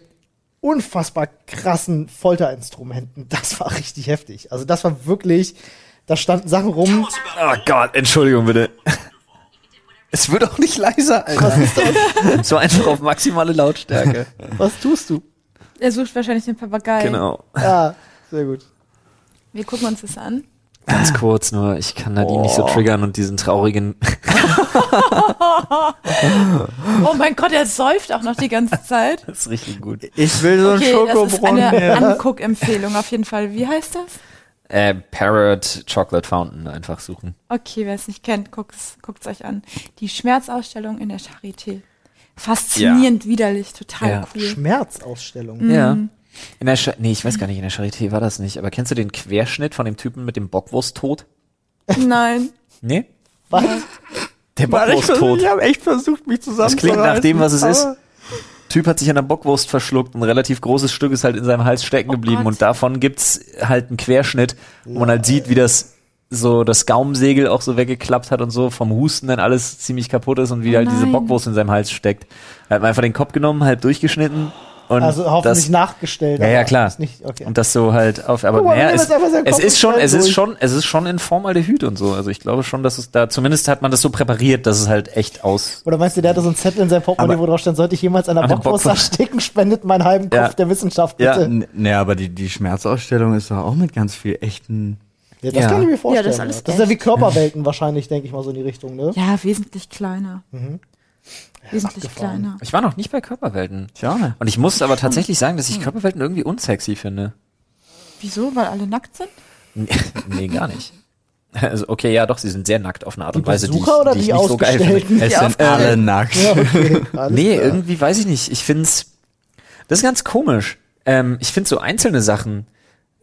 unfassbar krassen Folterinstrumenten. Das war richtig heftig. Also das war wirklich, da standen Sachen rum.
Oh Gott, Entschuldigung bitte. Es wird auch nicht leiser, Alter.
Was ist das?
So einfach auf maximale Lautstärke.
Was tust du?
Er sucht wahrscheinlich den Papagei.
Genau.
Ja, sehr gut.
Wir gucken uns das an.
Ganz kurz nur, ich kann Nadine nicht so triggern und diesen traurigen.
Oh mein Gott, er säuft auch noch die ganze Zeit.
Das ist richtig gut.
Ich will so einen
Okay, das ist
Schokobrunnen.
eine
hier.
Anguck-Empfehlung auf jeden Fall. Wie heißt das?
Äh, Parrot Chocolate Fountain einfach suchen.
Okay, wer es nicht kennt, guckt's, guckt's euch an. Die Schmerzausstellung in der Charité. Faszinierend, widerlich, total
Ja.
cool.
Schmerzausstellung.
Ja. In der Scha nee, ich weiß gar nicht, in der Charité war das nicht. Aber kennst du den Querschnitt von dem Typen mit dem Bockwursttod?
Nein.
Nee?
Was?
Der
Mann, ich, versuch-
Bockwursttod.
ich habe echt versucht, mich
Das klingt
zusammenzureißen.
nach dem, was es ist.
aber-
Typ hat sich an der Bockwurst verschluckt. Ein relativ großes Stück ist halt in seinem Hals stecken geblieben.
Gott.
und davon gibt's halt einen Querschnitt, wo man halt sieht, wie das so das Gaumensegel auch so weggeklappt hat und so vom Husten dann alles ziemlich kaputt ist und wie
Oh
halt diese
nein.
Bockwurst in seinem Hals steckt. Er hat mir einfach den Kopf genommen, halb durchgeschnitten. Und
Also
Hm. das
hoffentlich nachgestellt.
Ja,
aber
ja, klar.
ist Nicht, okay.
Und das so halt auf, aber
Guck mal,
naja,
wir nehmen
es,
jetzt einfach seinen
es
Kopf
ist
und
schon,
schneiden
es ist
durch.
schon, es ist schon in Formaldehyd und so. Also ich glaube schon, dass es da, zumindest hat man das so präpariert, dass es halt echt aus.
Oder meinst du, der hatte so einen Zettel in seinem Portemonnaie,
Aber-
wo drauf stand, sollte ich jemals einer
An der
Bockwurst
Bockwurst.
ersticken, spendet meinen halben Kopf
Ja.
der Wissenschaft,
Ja.
bitte.
N- Nee, aber die, die Schmerzausstellung ist doch auch mit ganz viel echten.
Ja, das
Ja.
kann ich mir vorstellen.
Ja, das ist alles
ja. das ist ja wie Körperwelten wahrscheinlich, denke ich mal, so in die Richtung, ne?
Ja, wesentlich kleiner. Wesentlich
abgefahren.
kleiner.
Ich war noch nicht bei Körperwelten.
Tja.
Und ich muss
Hm.
aber tatsächlich sagen, dass ich Körperwelten irgendwie unsexy finde.
Wieso? Weil alle nackt sind?
nee, gar nicht. Also, okay, ja, doch, sie sind sehr nackt auf eine Art
Die
und Weise, die ich,
Besucher oder
die ich
die
nicht so geil finde. Ah,
Ausgestellten?
Es
Ja,
sind
auf-
alle nackt.
Ja, okay. Alles
Nee,
klar.
irgendwie weiß ich nicht. Ich find's, das ist ganz komisch. Ähm, ich find so einzelne Sachen,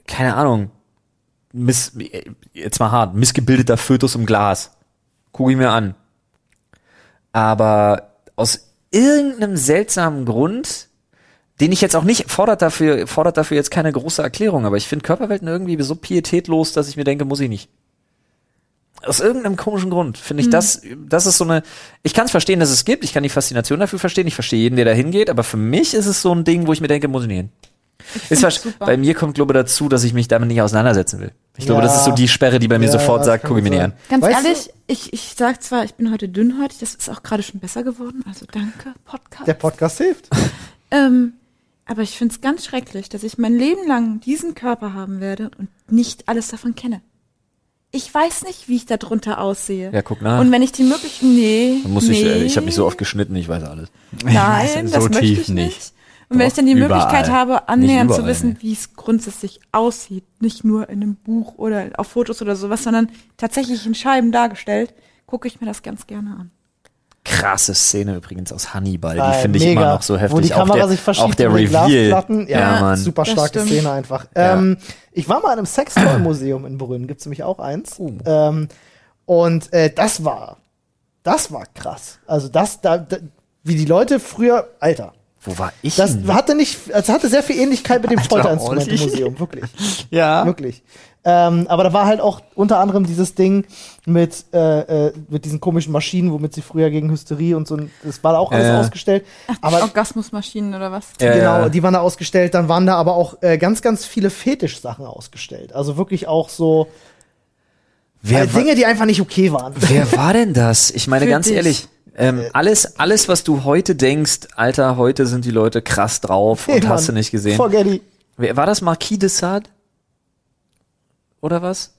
keine Ahnung, miss, jetzt mal hart, missgebildeter Fötus im Glas. Guck ich mir an. Aber aus irgendeinem seltsamen Grund, den ich jetzt auch nicht fordert dafür, fordert dafür jetzt keine große Erklärung, aber ich find Körperwelten irgendwie so pietätlos, dass ich mir denke, muss ich nicht. Aus irgendeinem komischen Grund finde ich das, das ist so eine, ich kann es verstehen, dass es gibt, ich kann die Faszination dafür verstehen, ich verstehe jeden, der da hingeht, aber für mich ist es so ein Ding, wo ich mir denke, muss ich nicht hin. Ist wahrsch-
super.
bei mir kommt, glaube ich, dazu, dass ich mich damit nicht auseinandersetzen will. Ich glaube,
Ja.
das ist so die Sperre, die bei mir
Ja,
sofort
das
sagt,
kann
gucke ich mir
sein.
nicht an.
Ganz
Weißt du-
ehrlich, ich, ich sag zwar, ich bin heute dünnhäutig, das ist auch gerade schon besser geworden, also danke, Podcast.
Der Podcast hilft.
ähm, aber ich find's ganz schrecklich, dass ich mein Leben lang diesen Körper haben werde und nicht alles davon kenne. Ich weiß nicht, wie ich da drunter aussehe.
Ja, guck nach.
Und wenn ich die Möglichkeit, nee,
Dann muss
nee,
ich, äh, ich habe mich so oft geschnitten, ich weiß alles.
Nein,
So
das möchte
tief
ich nicht.
nicht.
Und wenn
Doch,
ich dann die
überall.
Möglichkeit habe, annähernd
Nicht
zu
überall,
wissen,
nee.
wie es grundsätzlich aussieht, nicht nur in einem Buch oder auf Fotos oder sowas, sondern tatsächlich in Scheiben dargestellt, gucke ich mir das ganz gerne an.
krasse Szene übrigens aus Hannibal.
Geil,
die finde ich
mega.
immer noch so heftig.
Wo die Kamera
auch der,
sich verschiebt
auch der
in den
Reveal.
Glasplatten. Ja,
ja, Mann.
super
Das
starke
stimmt.
Szene einfach.
Ja.
Ähm, ich war mal in einem Sextoy-Museum in Brünn, gibt's nämlich auch eins.
Oh.
Ähm, und äh, das war, das war krass. Also das, da, da, wie die Leute früher, Alter,
Wo war ich?
das
denn?
hatte nicht, also hatte sehr viel Ähnlichkeit mit dem
Alter,
Folterinstrumente-Museum, wirklich.
Ja.
Wirklich. Ähm, aber da war halt auch unter anderem dieses Ding mit, äh, äh, mit diesen komischen Maschinen, womit sie früher gegen Hysterie und so, ein- das war da auch alles
Ja.
ausgestellt. Aber
Orgasmusmaschinen oder was?
Ja,
genau,
ja.
die waren da ausgestellt. Dann waren da aber auch äh, ganz, ganz viele Fetischsachen ausgestellt. Also wirklich auch so äh,
wer, wa-
Dinge, die einfach nicht okay waren.
wer war denn das? Ich meine,
Für
ganz
dich.
ehrlich, ähm,
Äh.
alles, alles, was du heute denkst, Alter, heute sind die Leute krass drauf und
Ey,
hast du
Mann,
nicht gesehen.
Forget it.
Wer, war das Marquis de Sade? Oder was?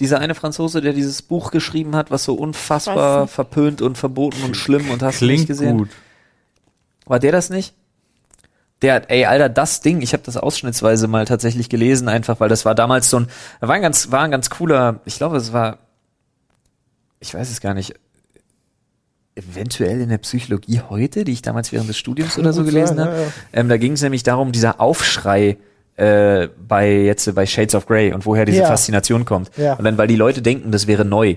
Dieser eine Franzose, der dieses Buch geschrieben hat, was so
Weiß
unfassbar verpönt und verboten und schlimm und hast du nicht
Klingt
gesehen.
gut.
War der das nicht? Der hat, ey, Alter, das Ding, ich habe das ausschnittsweise mal tatsächlich gelesen, einfach weil das war damals so ein, war ein ganz, war ein ganz cooler, ich glaube, es war, ich weiß es gar nicht, eventuell in der Psychologie heute, die ich damals während des Studiums oder so
gut
gelesen
sein,
habe.
ja, ja.
Ähm, da ging es nämlich darum, dieser Aufschrei äh, bei jetzt äh, bei Shades of Grey und woher diese
Ja.
Faszination kommt.
Ja.
Und dann, weil die Leute denken, das wäre neu.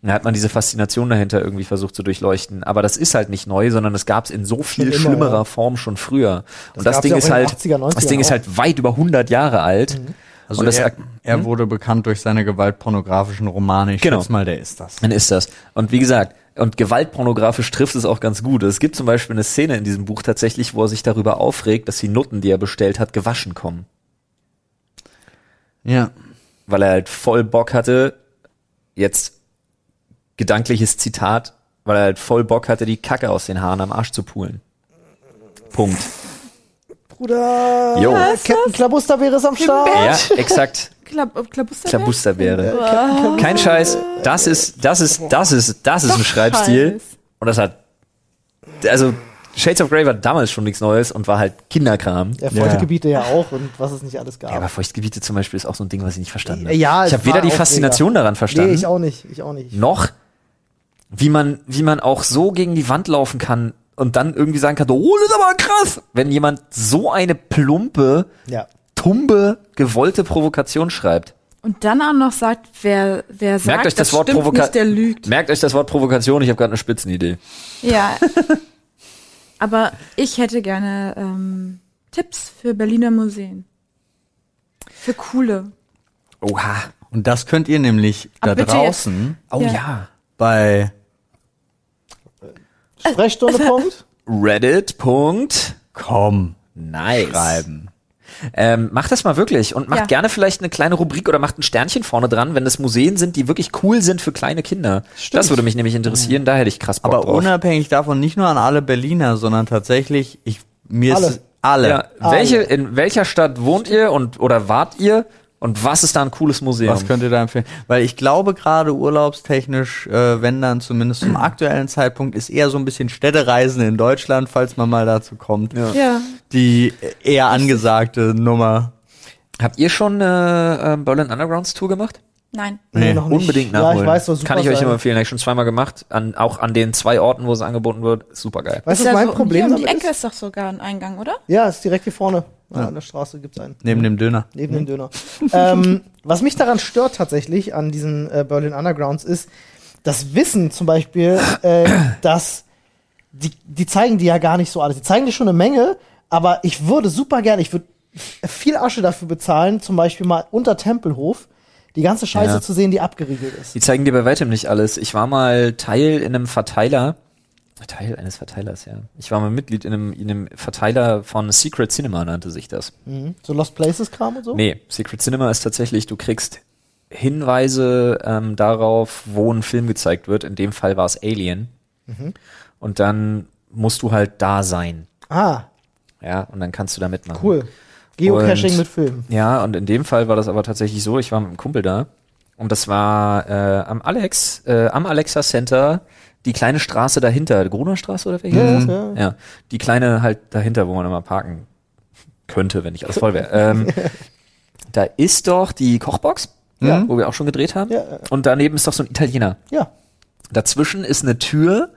Da hat man diese Faszination dahinter irgendwie versucht zu durchleuchten. Aber das ist halt nicht neu, sondern das gab es in so viel
immer,
schlimmerer
ja.
Form schon früher. und
gab's
das Ding
ja auch
ist
in den
halt,
80er, 90er
das Ding ist
auch. Mhm.
halt weit über 100 Jahre alt.
Also
und das
er, er wurde bekannt durch seine gewaltpornografischen Romane. Ich
Genau.
schätze mal, der ist das.
Dann ist das. Und wie gesagt, und gewaltpornografisch trifft es auch ganz gut. Es gibt zum Beispiel eine Szene in diesem Buch tatsächlich, wo er sich darüber aufregt, dass die Nutten, die er bestellt hat, gewaschen kommen.
Ja.
weil er halt voll Bock hatte, jetzt gedankliches Zitat, weil er halt voll Bock hatte, die Kacke aus den Haaren am Arsch zu pulen. Punkt.
Bruder,
Jo.
Captain Klabuster wäre es am Start.
Ja, exakt.
Klab Klabuster?
Klabusterbeere. Kein Scheiß. Das ist, das ist, das ist, das ist ein Schreibstil.
Scheiß.
Und das hat, also Shades of Grey war damals schon nichts Neues und war halt Kinderkram.
Ja,
Ja.
Feuchtgebiete ja. auch und was es nicht alles gab.
Ja, aber Feuchtgebiete zum Beispiel ist auch so ein Ding, was ich nicht verstanden habe.
Ja,
ich
es
habe weder
war
die
auch
Faszination daran verstanden. Hm.
Nee, ich auch nicht. Ich auch nicht.
noch, wie man, wie man auch so gegen die Wand laufen kann und dann irgendwie sagen kann, oh, das ist aber krass, wenn jemand so eine plumpe,
Äh,
Ja.
tumbe, gewollte Provokation schreibt.
Und dann auch noch sagt, wer, wer sagt,
Merkt euch das, Wort
stimmt nicht, der
Provokation.
lügt.
Merkt euch das Wort Provokation, ich habe gerade eine Spitzenidee.
Ja. Aber ich hätte gerne ähm, Tipps für Berliner Museen. Für coole.
Oha.
Und das könnt ihr nämlich
Aber
da
bitte jetzt-
draußen
Oh ja.
Ja.
bei
also
Sprechstunde Punkt.
Reddit. Punkt.
Komm
Nice.
schreiben.
Ähm, macht das mal wirklich und macht
Ja.
gerne vielleicht eine kleine Rubrik oder macht ein Sternchen vorne dran, wenn es Museen sind, die wirklich cool sind für kleine Kinder. Das würde mich nämlich interessieren, da hätte ich krass Bock
Aber
drauf.
unabhängig davon nicht nur an alle Berliner, sondern tatsächlich, ich, mir
Alle.
ist alle.
Oh Ja, welche, in welcher Stadt wohnt ihr und oder wart ihr und was ist da ein cooles Museum?
Was könnt ihr da empfehlen? Weil ich glaube, gerade urlaubstechnisch, äh, wenn dann zumindest zum aktuellen Zeitpunkt, ist eher so ein bisschen Städtereisen in Deutschland, falls man mal dazu kommt,
Ja.
die eher angesagte Nummer.
Habt ihr schon äh, äh, Berlin Undergrounds Tour gemacht?
Nein.
Nee,
Unbedingt
ja,
nachholen.
ich weiß, soll super
Kann ich euch
sein.
nur empfehlen, habe ich schon zweimal gemacht, an, auch an den zwei Orten, wo es angeboten wird. Super geil.
Weißt du,
Ist
was
ja
mein
so,
Problem
Hier um die
damit
Ecke
ist?
ist doch sogar ein Eingang, oder?
Ja, ist direkt hier vorne. Ja, an der Straße gibt's einen.
Neben dem Döner.
Neben
Mhm.
dem Döner. ähm, was mich daran stört tatsächlich an diesen äh, Berlin Undergrounds ist, das Wissen zum Beispiel, äh, dass die, die zeigen dir ja gar nicht so alles. Die zeigen dir schon eine Menge, aber ich würde super gerne, ich würde viel Asche dafür bezahlen, zum Beispiel mal unter Tempelhof die ganze Scheiße
Ja.
zu sehen, die abgeriegelt ist.
Die zeigen dir bei weitem nicht alles. Ich war mal Teil in einem Verteiler. Teil eines Verteilers, ja. Ich war mal Mitglied in einem, in einem Verteiler von Secret Cinema, nannte sich das.
Mhm. So Lost Places Kram und so.
Nee, Secret Cinema ist tatsächlich, du kriegst Hinweise ähm, darauf, wo ein Film gezeigt wird. In dem Fall war es Alien.
Mhm.
Und dann musst du halt da sein.
Ah,
Ja, und dann kannst du da mitmachen.
cool. Geocaching
Und-
mit Filmen.
Ja, und in dem Fall war das aber tatsächlich so, ich war mit einem Kumpel da und das war äh, am Alex, äh, am Alexa Center, die kleine Straße dahinter, Grunerstraße oder welche?
Ja,
ist das?
ja.
ja, die kleine halt dahinter, wo man immer parken könnte, wenn nicht alles voll wäre. Ähm, da ist doch die Kochbox,
Ja.
wo wir auch schon gedreht haben.
Ja, ja.
Und daneben ist doch so ein Italiener.
Ja.
Dazwischen ist eine Tür,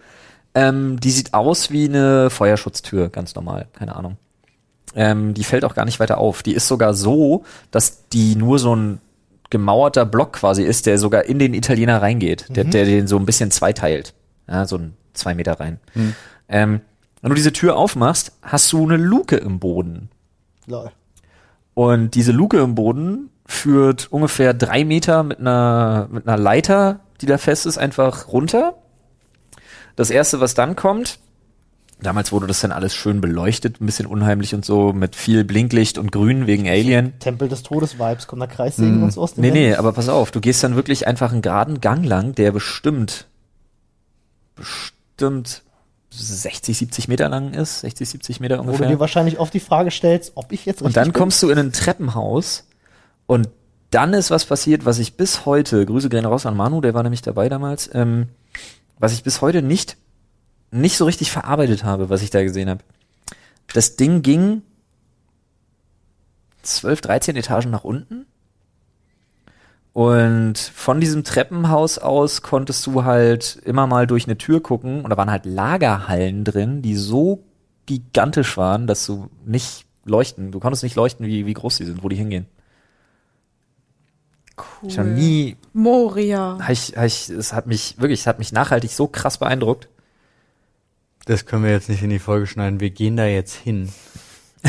Ähm, die sieht aus wie eine Feuerschutztür, ganz normal, keine Ahnung. Ähm, die fällt auch gar nicht weiter auf. Die ist sogar so, dass die nur so ein gemauerter Block quasi ist, der sogar in den Italiener reingeht, der, der den so ein bisschen zweiteilt. Ja, so ein zwei Meter rein. Ähm, wenn du diese Tür aufmachst, hast du eine Luke im Boden.
Lol.
Und diese Luke im Boden führt ungefähr drei Meter mit einer, mit einer Leiter, die da fest ist, einfach runter. Das erste, was dann kommt, damals wurde das dann alles schön beleuchtet, ein bisschen unheimlich und so, mit viel Blinklicht und Grün wegen Alien.
Tempel des Todes-Vibes. Kommt da Kreissägen und so aus dem
Hm. Nee,
Ende?
nee, aber pass auf, du gehst dann wirklich einfach einen geraden Gang lang, der bestimmt, bestimmt 60, 70 Meter lang ist, 60, 70 Meter
Wo
ungefähr.
du dir wahrscheinlich oft die Frage stellst, ob ich jetzt
Und dann kommst du in ein Treppenhaus und dann ist was passiert, was ich bis heute, Grüße gehen raus an Manu, der war nämlich dabei damals, ähm, was ich bis heute nicht, nicht so richtig verarbeitet habe, was ich da gesehen habe. Das Ding ging 12, 13 Etagen nach unten und von diesem Treppenhaus aus konntest du halt immer mal durch eine Tür gucken und da waren halt Lagerhallen drin, die so gigantisch waren, dass du nicht leuchten, du konntest nicht leuchten, wie, wie groß die sind, wo die hingehen.
Cool.
Ich habe nie,
Moria.
hab ich, hab ich, es hat mich wirklich, es hat mich nachhaltig so krass beeindruckt.
Das können wir jetzt nicht in die Folge schneiden. Wir gehen da jetzt hin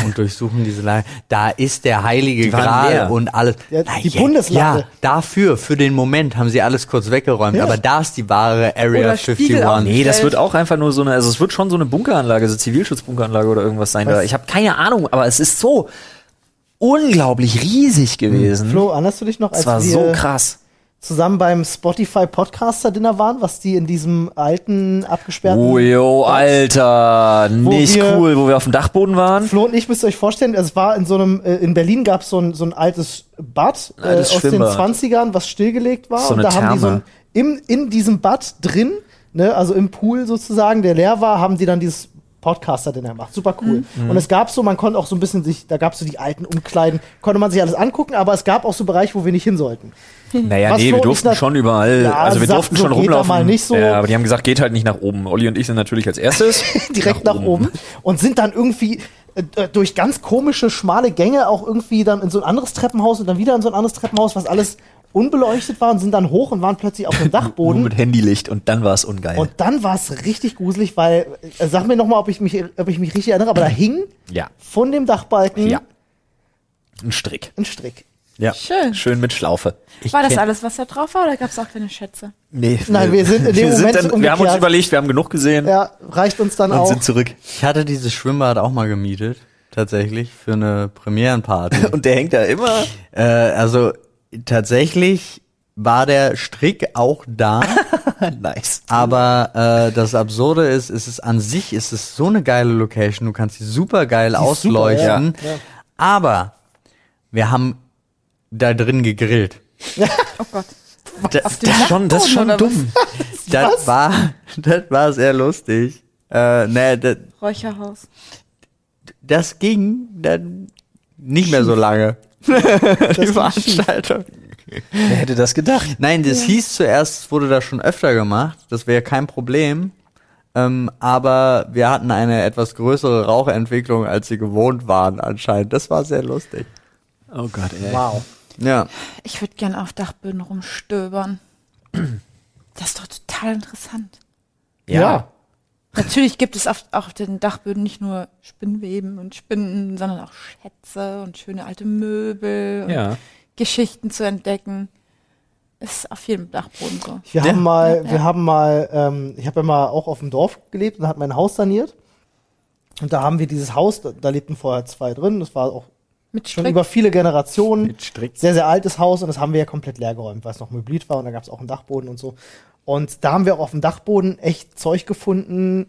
und durchsuchen diese Lage. Da ist der heilige
Die waren
Gral
leer.
und alles.
Ja,
Na,
die
ja,
Bundeslade.
Ja, dafür, für den Moment haben sie alles kurz weggeräumt.
Ja.
Aber da ist die wahre Area
Oder Spiegel auf-
51.
Nee, das
Stellt-
wird auch einfach nur so eine, also es wird schon so eine Bunkeranlage, so Zivilschutzbunkeranlage oder irgendwas sein.
Was?
Da. Ich habe keine Ahnung, aber es ist so unglaublich riesig gewesen.
Flo, erinnerst du dich noch, als
es war
Hm. wir
so krass.
zusammen beim Spotify Podcaster Dinner waren, was die in diesem alten abgesperrten
Oh, jo,
Box-
Alter, nicht
wir-
cool, wo wir auf dem Dachboden waren.
Flo und ich müsst ihr euch vorstellen, es war in so einem äh, in Berlin gab so ein so ein altes Bad äh,
altes
aus den
Schwimmbad.
20ern, was stillgelegt war
So
und
eine
da haben die so
Therme.
ein, im in diesem Bad drin, ne, also im Pool sozusagen, der leer war, haben die dann dieses Podcaster Dinner gemacht. Super cool.
Mhm.
Und es gab so, man konnte auch so ein bisschen sich, da gab es so die alten Umkleiden, konnte man sich alles angucken, aber es gab auch so Bereiche, wo wir nicht hin sollten.
Naja,
Was
nee,
Flo
wir
und
durften
ich nach-
schon überall,
Ja,
also wir
sagt
durften
so,
schon
geht da
rumlaufen.
mal nicht so.
Ja, aber die haben gesagt, geht halt nicht nach oben. Olli und ich sind natürlich als erstes
direkt nach, oben. und sind dann irgendwie äh, durch ganz komische, schmale Gänge auch irgendwie dann in so ein anderes Treppenhaus und dann wieder in so ein anderes Treppenhaus, was alles unbeleuchtet war und sind dann hoch und waren plötzlich auf
Nur
dem Dachboden.
mit Handylicht und dann war es ungeil.
Und dann war es richtig gruselig, weil, äh, sag mir nochmal, ob ich mich, ob ich mich richtig erinnere, aber da hing
ja.
von dem Dachbalken
Ja. Ein Strick.
ein Strick.
Ja.
Schön.
Schön mit Schlaufe.
War das alles, was da drauf war, oder gab es auch kleine Schätze?
Nee,
Nein, wir sind in dem Moment
dann, wir haben uns
umgekehrt.
überlegt, wir haben genug gesehen
Ja, reicht uns dann
und
auch.
sind zurück.
Ich hatte dieses Schwimmbad auch mal gemietet. Tatsächlich. Für eine Premierenparty.
Und der hängt da immer.
äh, also, tatsächlich war der Strick auch da.
nice.
Aber äh, das Absurde ist, es ist an sich ist es so eine geile Location. Du kannst sie super geil
ist super,
ausleuchten.
ja, ja.
Aber wir haben da drin gegrillt.
Oh Gott.
Das,
dem
Das schon, das ist schon
Dachboden, oder
dumm.
das war, das war sehr lustig. Äh, naja, das,
was? Räucherhaus.
das ging dann nicht mehr so lange. Die Veranstaltung.
Wer hätte das gedacht?
Nein, das hieß zuerst, es wurde das schon öfter gemacht. Das wäre kein Problem. Ähm, aber wir hatten eine etwas größere Rauchentwicklung, als sie gewohnt waren anscheinend. Das war sehr lustig.
Oh Gott, ey.
Wow.
Ja.
Ich würde gern auf Dachböden rumstöbern. Das ist doch total interessant.
Ja.
Natürlich gibt es auf, auf den Dachböden nicht nur Spinnweben und Spinnen, sondern auch Schätze und schöne alte Möbel und
Ja.
Geschichten zu entdecken. Ist auf jedem Dachboden so.
Wir haben mal, wir haben mal, ähm, ich habe ja mal auch auf dem Dorf gelebt und hat mein Haus saniert. Und da haben wir dieses Haus, da, da lebten vorher zwei drin, das war auch
Mit
schon
Strick.
über viele Generationen.
Strick.
Sehr, sehr altes Haus und das haben wir ja komplett leer geräumt, weil es noch möbliert war und da gab es auch einen Dachboden und so. Und da haben wir auch auf dem Dachboden echt Zeug gefunden,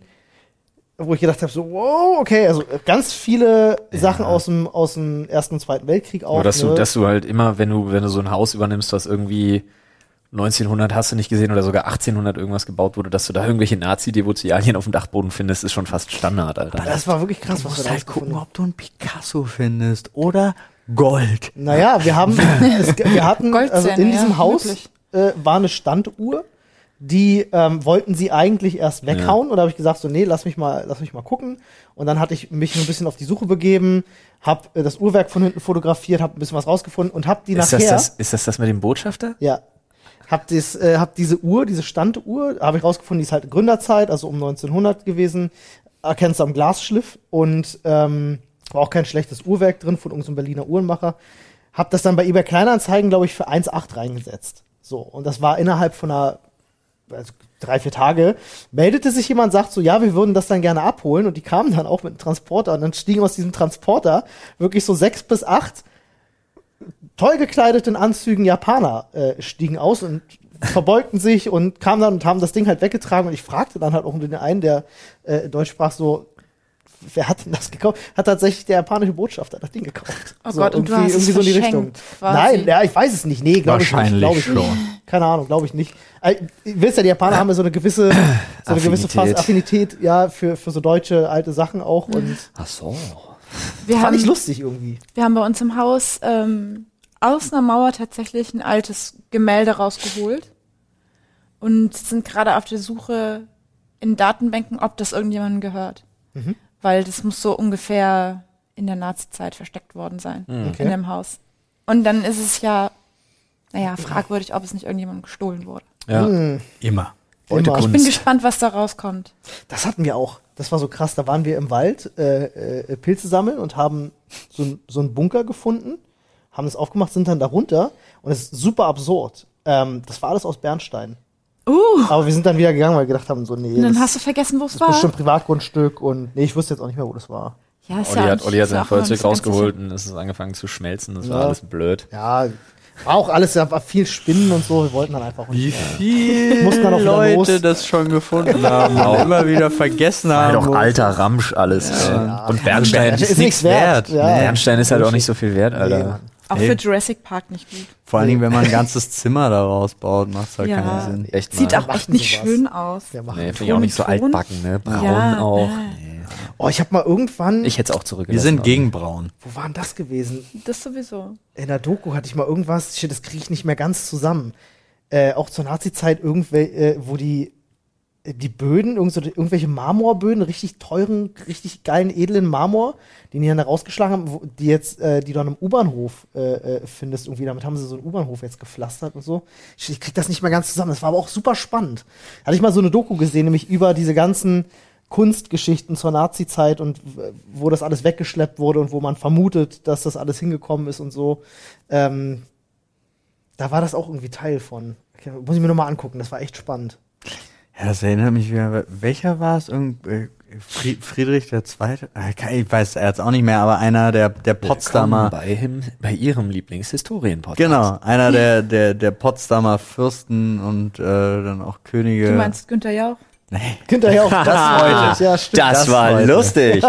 wo ich gedacht habe, so, wow, okay, also äh, ganz viele Sachen aus dem, aus dem Ersten und Zweiten Weltkrieg auch.
Aber dass du,
ne?
dass du halt immer, wenn du, wenn du so ein Haus übernimmst, was irgendwie 1900 hast du nicht gesehen oder sogar 1800 irgendwas gebaut wurde, dass du da irgendwelche Nazi-Devotialien auf dem Dachboden findest, ist schon fast Standard, Alter.
das war wirklich krass,
Du
was wir
musst
da
halt gucken,
gefunden haben.
ob du einen Picasso findest oder Gold.
Naja, wir haben, es, wir hatten, also
Goldzähne,
in diesem
ja,
Haus
wirklich.
äh, war eine Standuhr, die ähm, wollten sie eigentlich erst weghauen und da habe ich gesagt so nee lass mich mal lass mich mal gucken und dann hatte ich mich so ein bisschen auf die Suche begeben habe äh, das Uhrwerk von hinten fotografiert habe ein bisschen was rausgefunden und habe die
Ist das
nachher
das, ist das das mit dem Botschafter?
ja hab, dies, äh, hab diese Uhr, diese Standuhr, habe ich rausgefunden, die ist halt Gründerzeit, also um 1900 gewesen. Erkennst du am Glasschliff und ähm, war auch kein schlechtes Uhrwerk drin von irgendeinem Berliner Uhrenmacher. Hab das dann bei eBay Kleinanzeigen, glaube ich, für 1,8 reingesetzt. So, und das war innerhalb von einer, also drei, vier Tage, meldete sich jemand, sagt so, ja, wir würden das dann gerne abholen und die kamen dann auch mit einem Transporter und dann stiegen aus diesem Transporter wirklich so sechs bis acht toll gekleideten Anzügen Japaner äh, stiegen aus und verbeugten sich und kamen dann und haben das Ding halt weggetragen und ich fragte dann halt auch den einen, der äh, Deutsch sprach, so, wer hat denn das gekauft? Hat tatsächlich der japanische Botschafter das Ding gekauft.
Oh Gott, und du hast es verschenkt, quasi.
Nein, ja, ich weiß es nicht. Nee, glaube ich nicht.
Wahrscheinlich
Glaub ich nicht.
schon.
Keine Ahnung, glaube ich nicht. Äh, ihr wisst ja, die Japaner haben ja so eine gewisse, so eine gewisse fast Affinität, ja, für, für so deutsche alte Sachen auch und
Ach so.
Wir
fand
haben,
ich lustig irgendwie.
wir haben bei uns im Haus ähm, aus einer Mauer tatsächlich ein altes Gemälde rausgeholt und sind gerade auf der Suche in Datenbänken, ob das irgendjemandem gehört.
Mhm.
Weil das muss so ungefähr in der Nazizeit versteckt worden sein,
Mhm. Okay.
in dem Haus. Und dann ist es ja, naja, fragwürdig, ob es nicht irgendjemandem gestohlen wurde.
Ja.
Immer.
Heute
Immer.
Ich bin
Kunst.
gespannt, was da rauskommt.
Das hatten wir auch. Das war so krass. Da waren wir im Wald äh, äh, Pilze sammeln und haben so, ein- so einen Bunker gefunden, haben das aufgemacht, sind dann darunter und es ist super absurd. Ähm, das war alles aus Bernstein.
Uh,
Aber wir sind dann wieder gegangen, weil wir gedacht haben, so, nee,
und dann
das
hast du vergessen, wo es
das ist
war.
bestimmt Privatgrundstück und nee, ich wusste jetzt auch nicht mehr, wo das war.
Ja, ist
Olli
ja
hat,
auch-
Olli hat
ist ja
sein
auch immer
Feuerzeug
nicht ganz sicher.
rausgeholt und es ist angefangen zu schmelzen. Das war
Ja.
alles blöd.
Ja, war auch alles, da war viel Spinnen und so, wir wollten dann einfach
Wie
mehr. Muss man
viele
noch wieder
Leute
los?
das schon gefunden haben und immer wieder vergessen haben.
Halt auch
wo-
alter Ramsch alles. ey. Und Bernstein
Das
ist,
ist nichts wert.
wert.
Ja.
Bernstein ist halt auch nicht so viel wert,
Nee,
Alter.
Mann.
Auch für Jurassic Park nicht gut.
Vor allen Dingen, wenn man ein ganzes Zimmer daraus baut, macht's halt
Ja.
keinen Sinn.
Echt
Sieht
mal.
auch
machen
echt nicht
sowas.
schön aus.
Wir machen.
Nee, finde ich auch nicht so
Ton, Ton.
altbacken, ne? Braun
Ja,
auch.
äh.
Nee.
Oh, ich habe mal irgendwann,
Ich hätte es auch zurückgelassen.
Wir sind
aber-
gegen Braun.
wo war denn das gewesen?
Das sowieso.
in der Doku hatte ich mal irgendwas, shit, das kriege ich nicht mehr ganz zusammen. Äh, auch zur Nazi-Zeit irgendwel, äh, wo die die Böden, irgend so, irgendwelche Marmorböden, richtig teuren, richtig geilen, edlen Marmor, den die dann da rausgeschlagen haben, wo, die jetzt, äh, die du an einem U-Bahnhof äh, äh, findest irgendwie, damit haben sie so einen U-Bahnhof jetzt gepflastert und so. Shit, Ich krieg das nicht mehr ganz zusammen. Das war aber auch super spannend. Hatte ich mal so eine Doku gesehen, nämlich über diese ganzen Kunstgeschichten zur Nazi-Zeit und w- wo das alles weggeschleppt wurde und wo man vermutet, dass das alles hingekommen ist und so. Ähm, da war das auch irgendwie Teil von. Okay, muss ich mir nochmal angucken, das war echt spannend.
Ja, das erinnert mich wieder. Welcher war es? Irgend, äh, Fried- Friedrich der Zweite? Ah, ke- Ich weiß er jetzt auch nicht mehr, aber einer der, der
Potsdamer.
Potsdamer.
Bei, him, bei ihrem Lieblingshistorien-Podcast.
Genau, einer der, der, der Potsdamer Fürsten und äh, dann auch Könige.
Du meinst Günther Jauch?
Nee.
Hinterher auch
Das wollte
Ja, stimmt.
Das,
Das
war
Leute.
lustig.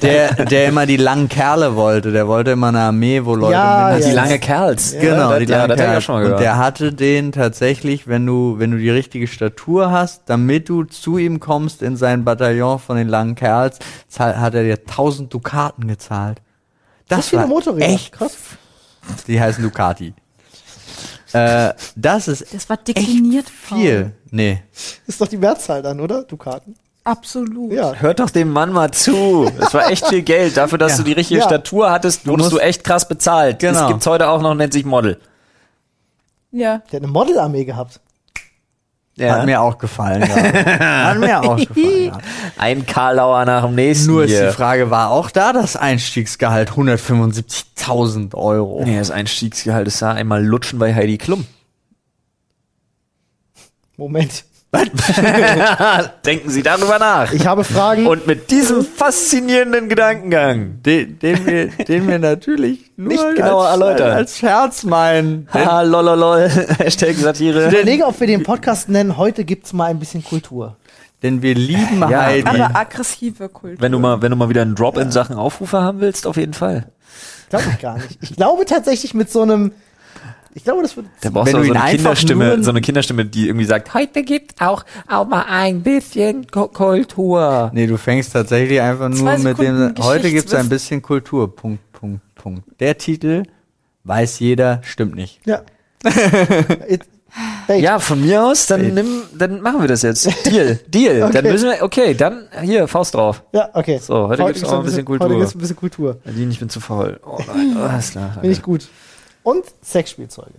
Der, der immer die langen Kerle wollte. Der wollte immer eine Armee, wo Leute
Ja,
mindestens-
Die
Ja.
lange Kerls.
Genau,
ja,
die
das, ja, das hab
langen
ich auch
Kerle.
schon mal
Und
gehört.
der hatte den tatsächlich, wenn du, wenn du die richtige Statur hast, damit du zu ihm kommst in sein Bataillon von den langen Kerls, zahl- hat er dir 1000 Dukaten gezahlt. Das
so viele
war
Motorräder.
echt
Krass.
Die heißen Ducati. äh, das ist
Das war
echt
dekliniert Paul.
viel. Nee.
Ist doch die Mehrzahl dann, oder? Dukaten.
Absolut.
Ja.
Hört doch dem Mann mal zu. Es war echt viel Geld. Dafür, dass
Ja.
du die richtige
Ja.
Statur hattest, wurdest du,
musst-
echt krass bezahlt.
Genau.
Das gibt's heute auch noch, nennt sich Model.
Ja.
Der hat eine Modelarmee gehabt.
Hat mir auch gefallen. Ja. Hat mir auch gefallen. Ja.
Ein Karlauer nach dem nächsten.
Nur ist
hier.
die Frage, war auch da das Einstiegsgehalt 175.000 Euro?
Nee, das Einstiegsgehalt ist da einmal lutschen bei Heidi Klum.
Moment.
Denken Sie darüber nach.
Ich habe Fragen.
Und mit diesem faszinierenden Gedankengang.
Den, den, wir, den wir natürlich nur
Nicht genauer
als,
erläutern.
als Scherz meinen.
Haha, lololol. Hashtag Satire.
ich überlege, ob wir den Podcast nennen, heute gibt's mal ein bisschen Kultur.
Denn wir lieben
Ja.
Heidi.
Aber aggressive Kultur.
Wenn du mal, wenn du mal wieder einen Drop in Sachen Aufrufe haben willst, auf jeden Fall.
Glaube ich gar nicht. Ich glaube tatsächlich mit so einem. Ich glaube, das wird.
Da brauchst
Wenn
du
du
so
ihn
eine
einfach
Kinderstimme,
nur-
so eine Kinderstimme, die irgendwie sagt, heute gibt auch, auch mal ein bisschen Ko- Kultur.
nee, du fängst tatsächlich einfach nur
Zwei
mit dem.
Sekunden
Heute gibt's
Geschichtswissen.
ein bisschen Kultur. Punkt, Punkt, Punkt. Der Titel weiß jeder, stimmt nicht.
Ja. It- Fate.
Ja, von mir aus, dann nimm, dann machen wir das jetzt. Deal, Deal. Dann
Okay.
müssen wir, okay, dann hier, Faust drauf.
Ja, okay.
So, heute gibt's
gibt's
auch ein bisschen
Heute
Kultur.
gibt's ein bisschen Kultur.
Nadine, ich bin zu faul. Oh nein, oh, alles klar.
Finde ich gut. Und Sexspielzeuge.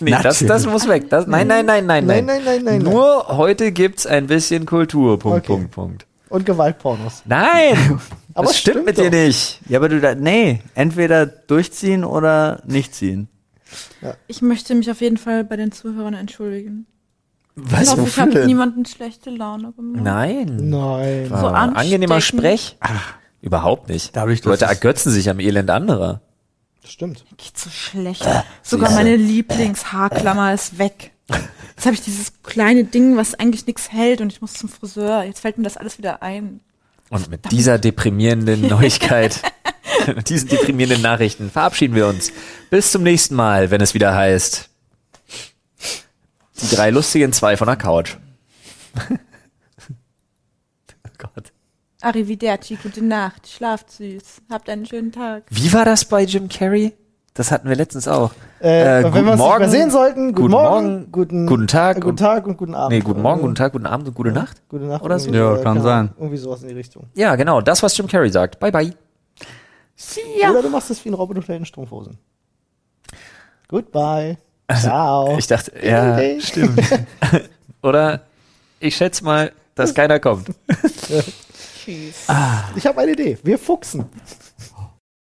Nee, das, das muss weg. Das, nein, nein, nein, nein, nein.
Nein, nein, nein, nein,
Nur heute gibt's ein bisschen Kultur. Punkt,
Okay.
Punkt, Punkt.
Und Gewaltpornos.
Nein!
Aber
das
es
stimmt
stimmt
mit dir
doch.
nicht.
Ja, aber du da, nee, entweder durchziehen oder nicht ziehen.
Ich möchte mich auf jeden Fall bei den Zuhörern entschuldigen. ich
Was?
hoffe, ich habe niemanden schlechte Laune gemacht.
Nein.
Nein.
So
Äh, angenehmer
ansteckend.
Sprech? Überhaupt nicht.
Dadurch, dass
Leute
es-
ergötzen sich am Elend anderer.
Stimmt.
Geht so schlecht. Sogar meine Lieblingshaarklammer ist weg. Jetzt habe ich dieses kleine Ding, was eigentlich nichts hält und ich muss zum Friseur. Jetzt fällt mir das alles wieder ein.
Und mit dieser deprimierenden Neuigkeit, mit diesen deprimierenden Nachrichten verabschieden wir uns. Bis zum nächsten Mal, wenn es wieder heißt. Die drei lustigen zwei von der Couch. oh Gott.
Arrivederci, gute Nacht, schlaft süß, habt einen schönen Tag.
Wie war das bei Jim Carrey? Das hatten wir letztens auch.
Äh,
guten
wenn wir uns nicht mehr sehen sollten, guten, Morgen,
guten, Tag,
äh, guten
und-
Tag und guten Abend.
Nee, guten Morgen, guten Tag, guten Abend und gute Nacht.
Gute Nacht.
Oder so.
irgendwie,
Ja,
äh,
kann
keine
sein.
Ahnung, Irgendwie sowas in die Richtung.
Ja, genau, das, was Jim Carrey sagt. Bye, bye.
Oder du machst es wie ein Robin und in Strumpfhosen.
Also,
Goodbye. Ciao.
Ich dachte, ja,
Okay.
stimmt. Oder ich schätze mal, dass keiner kommt.
Tschüss.
Ich habe eine Idee. Wir fuchsen.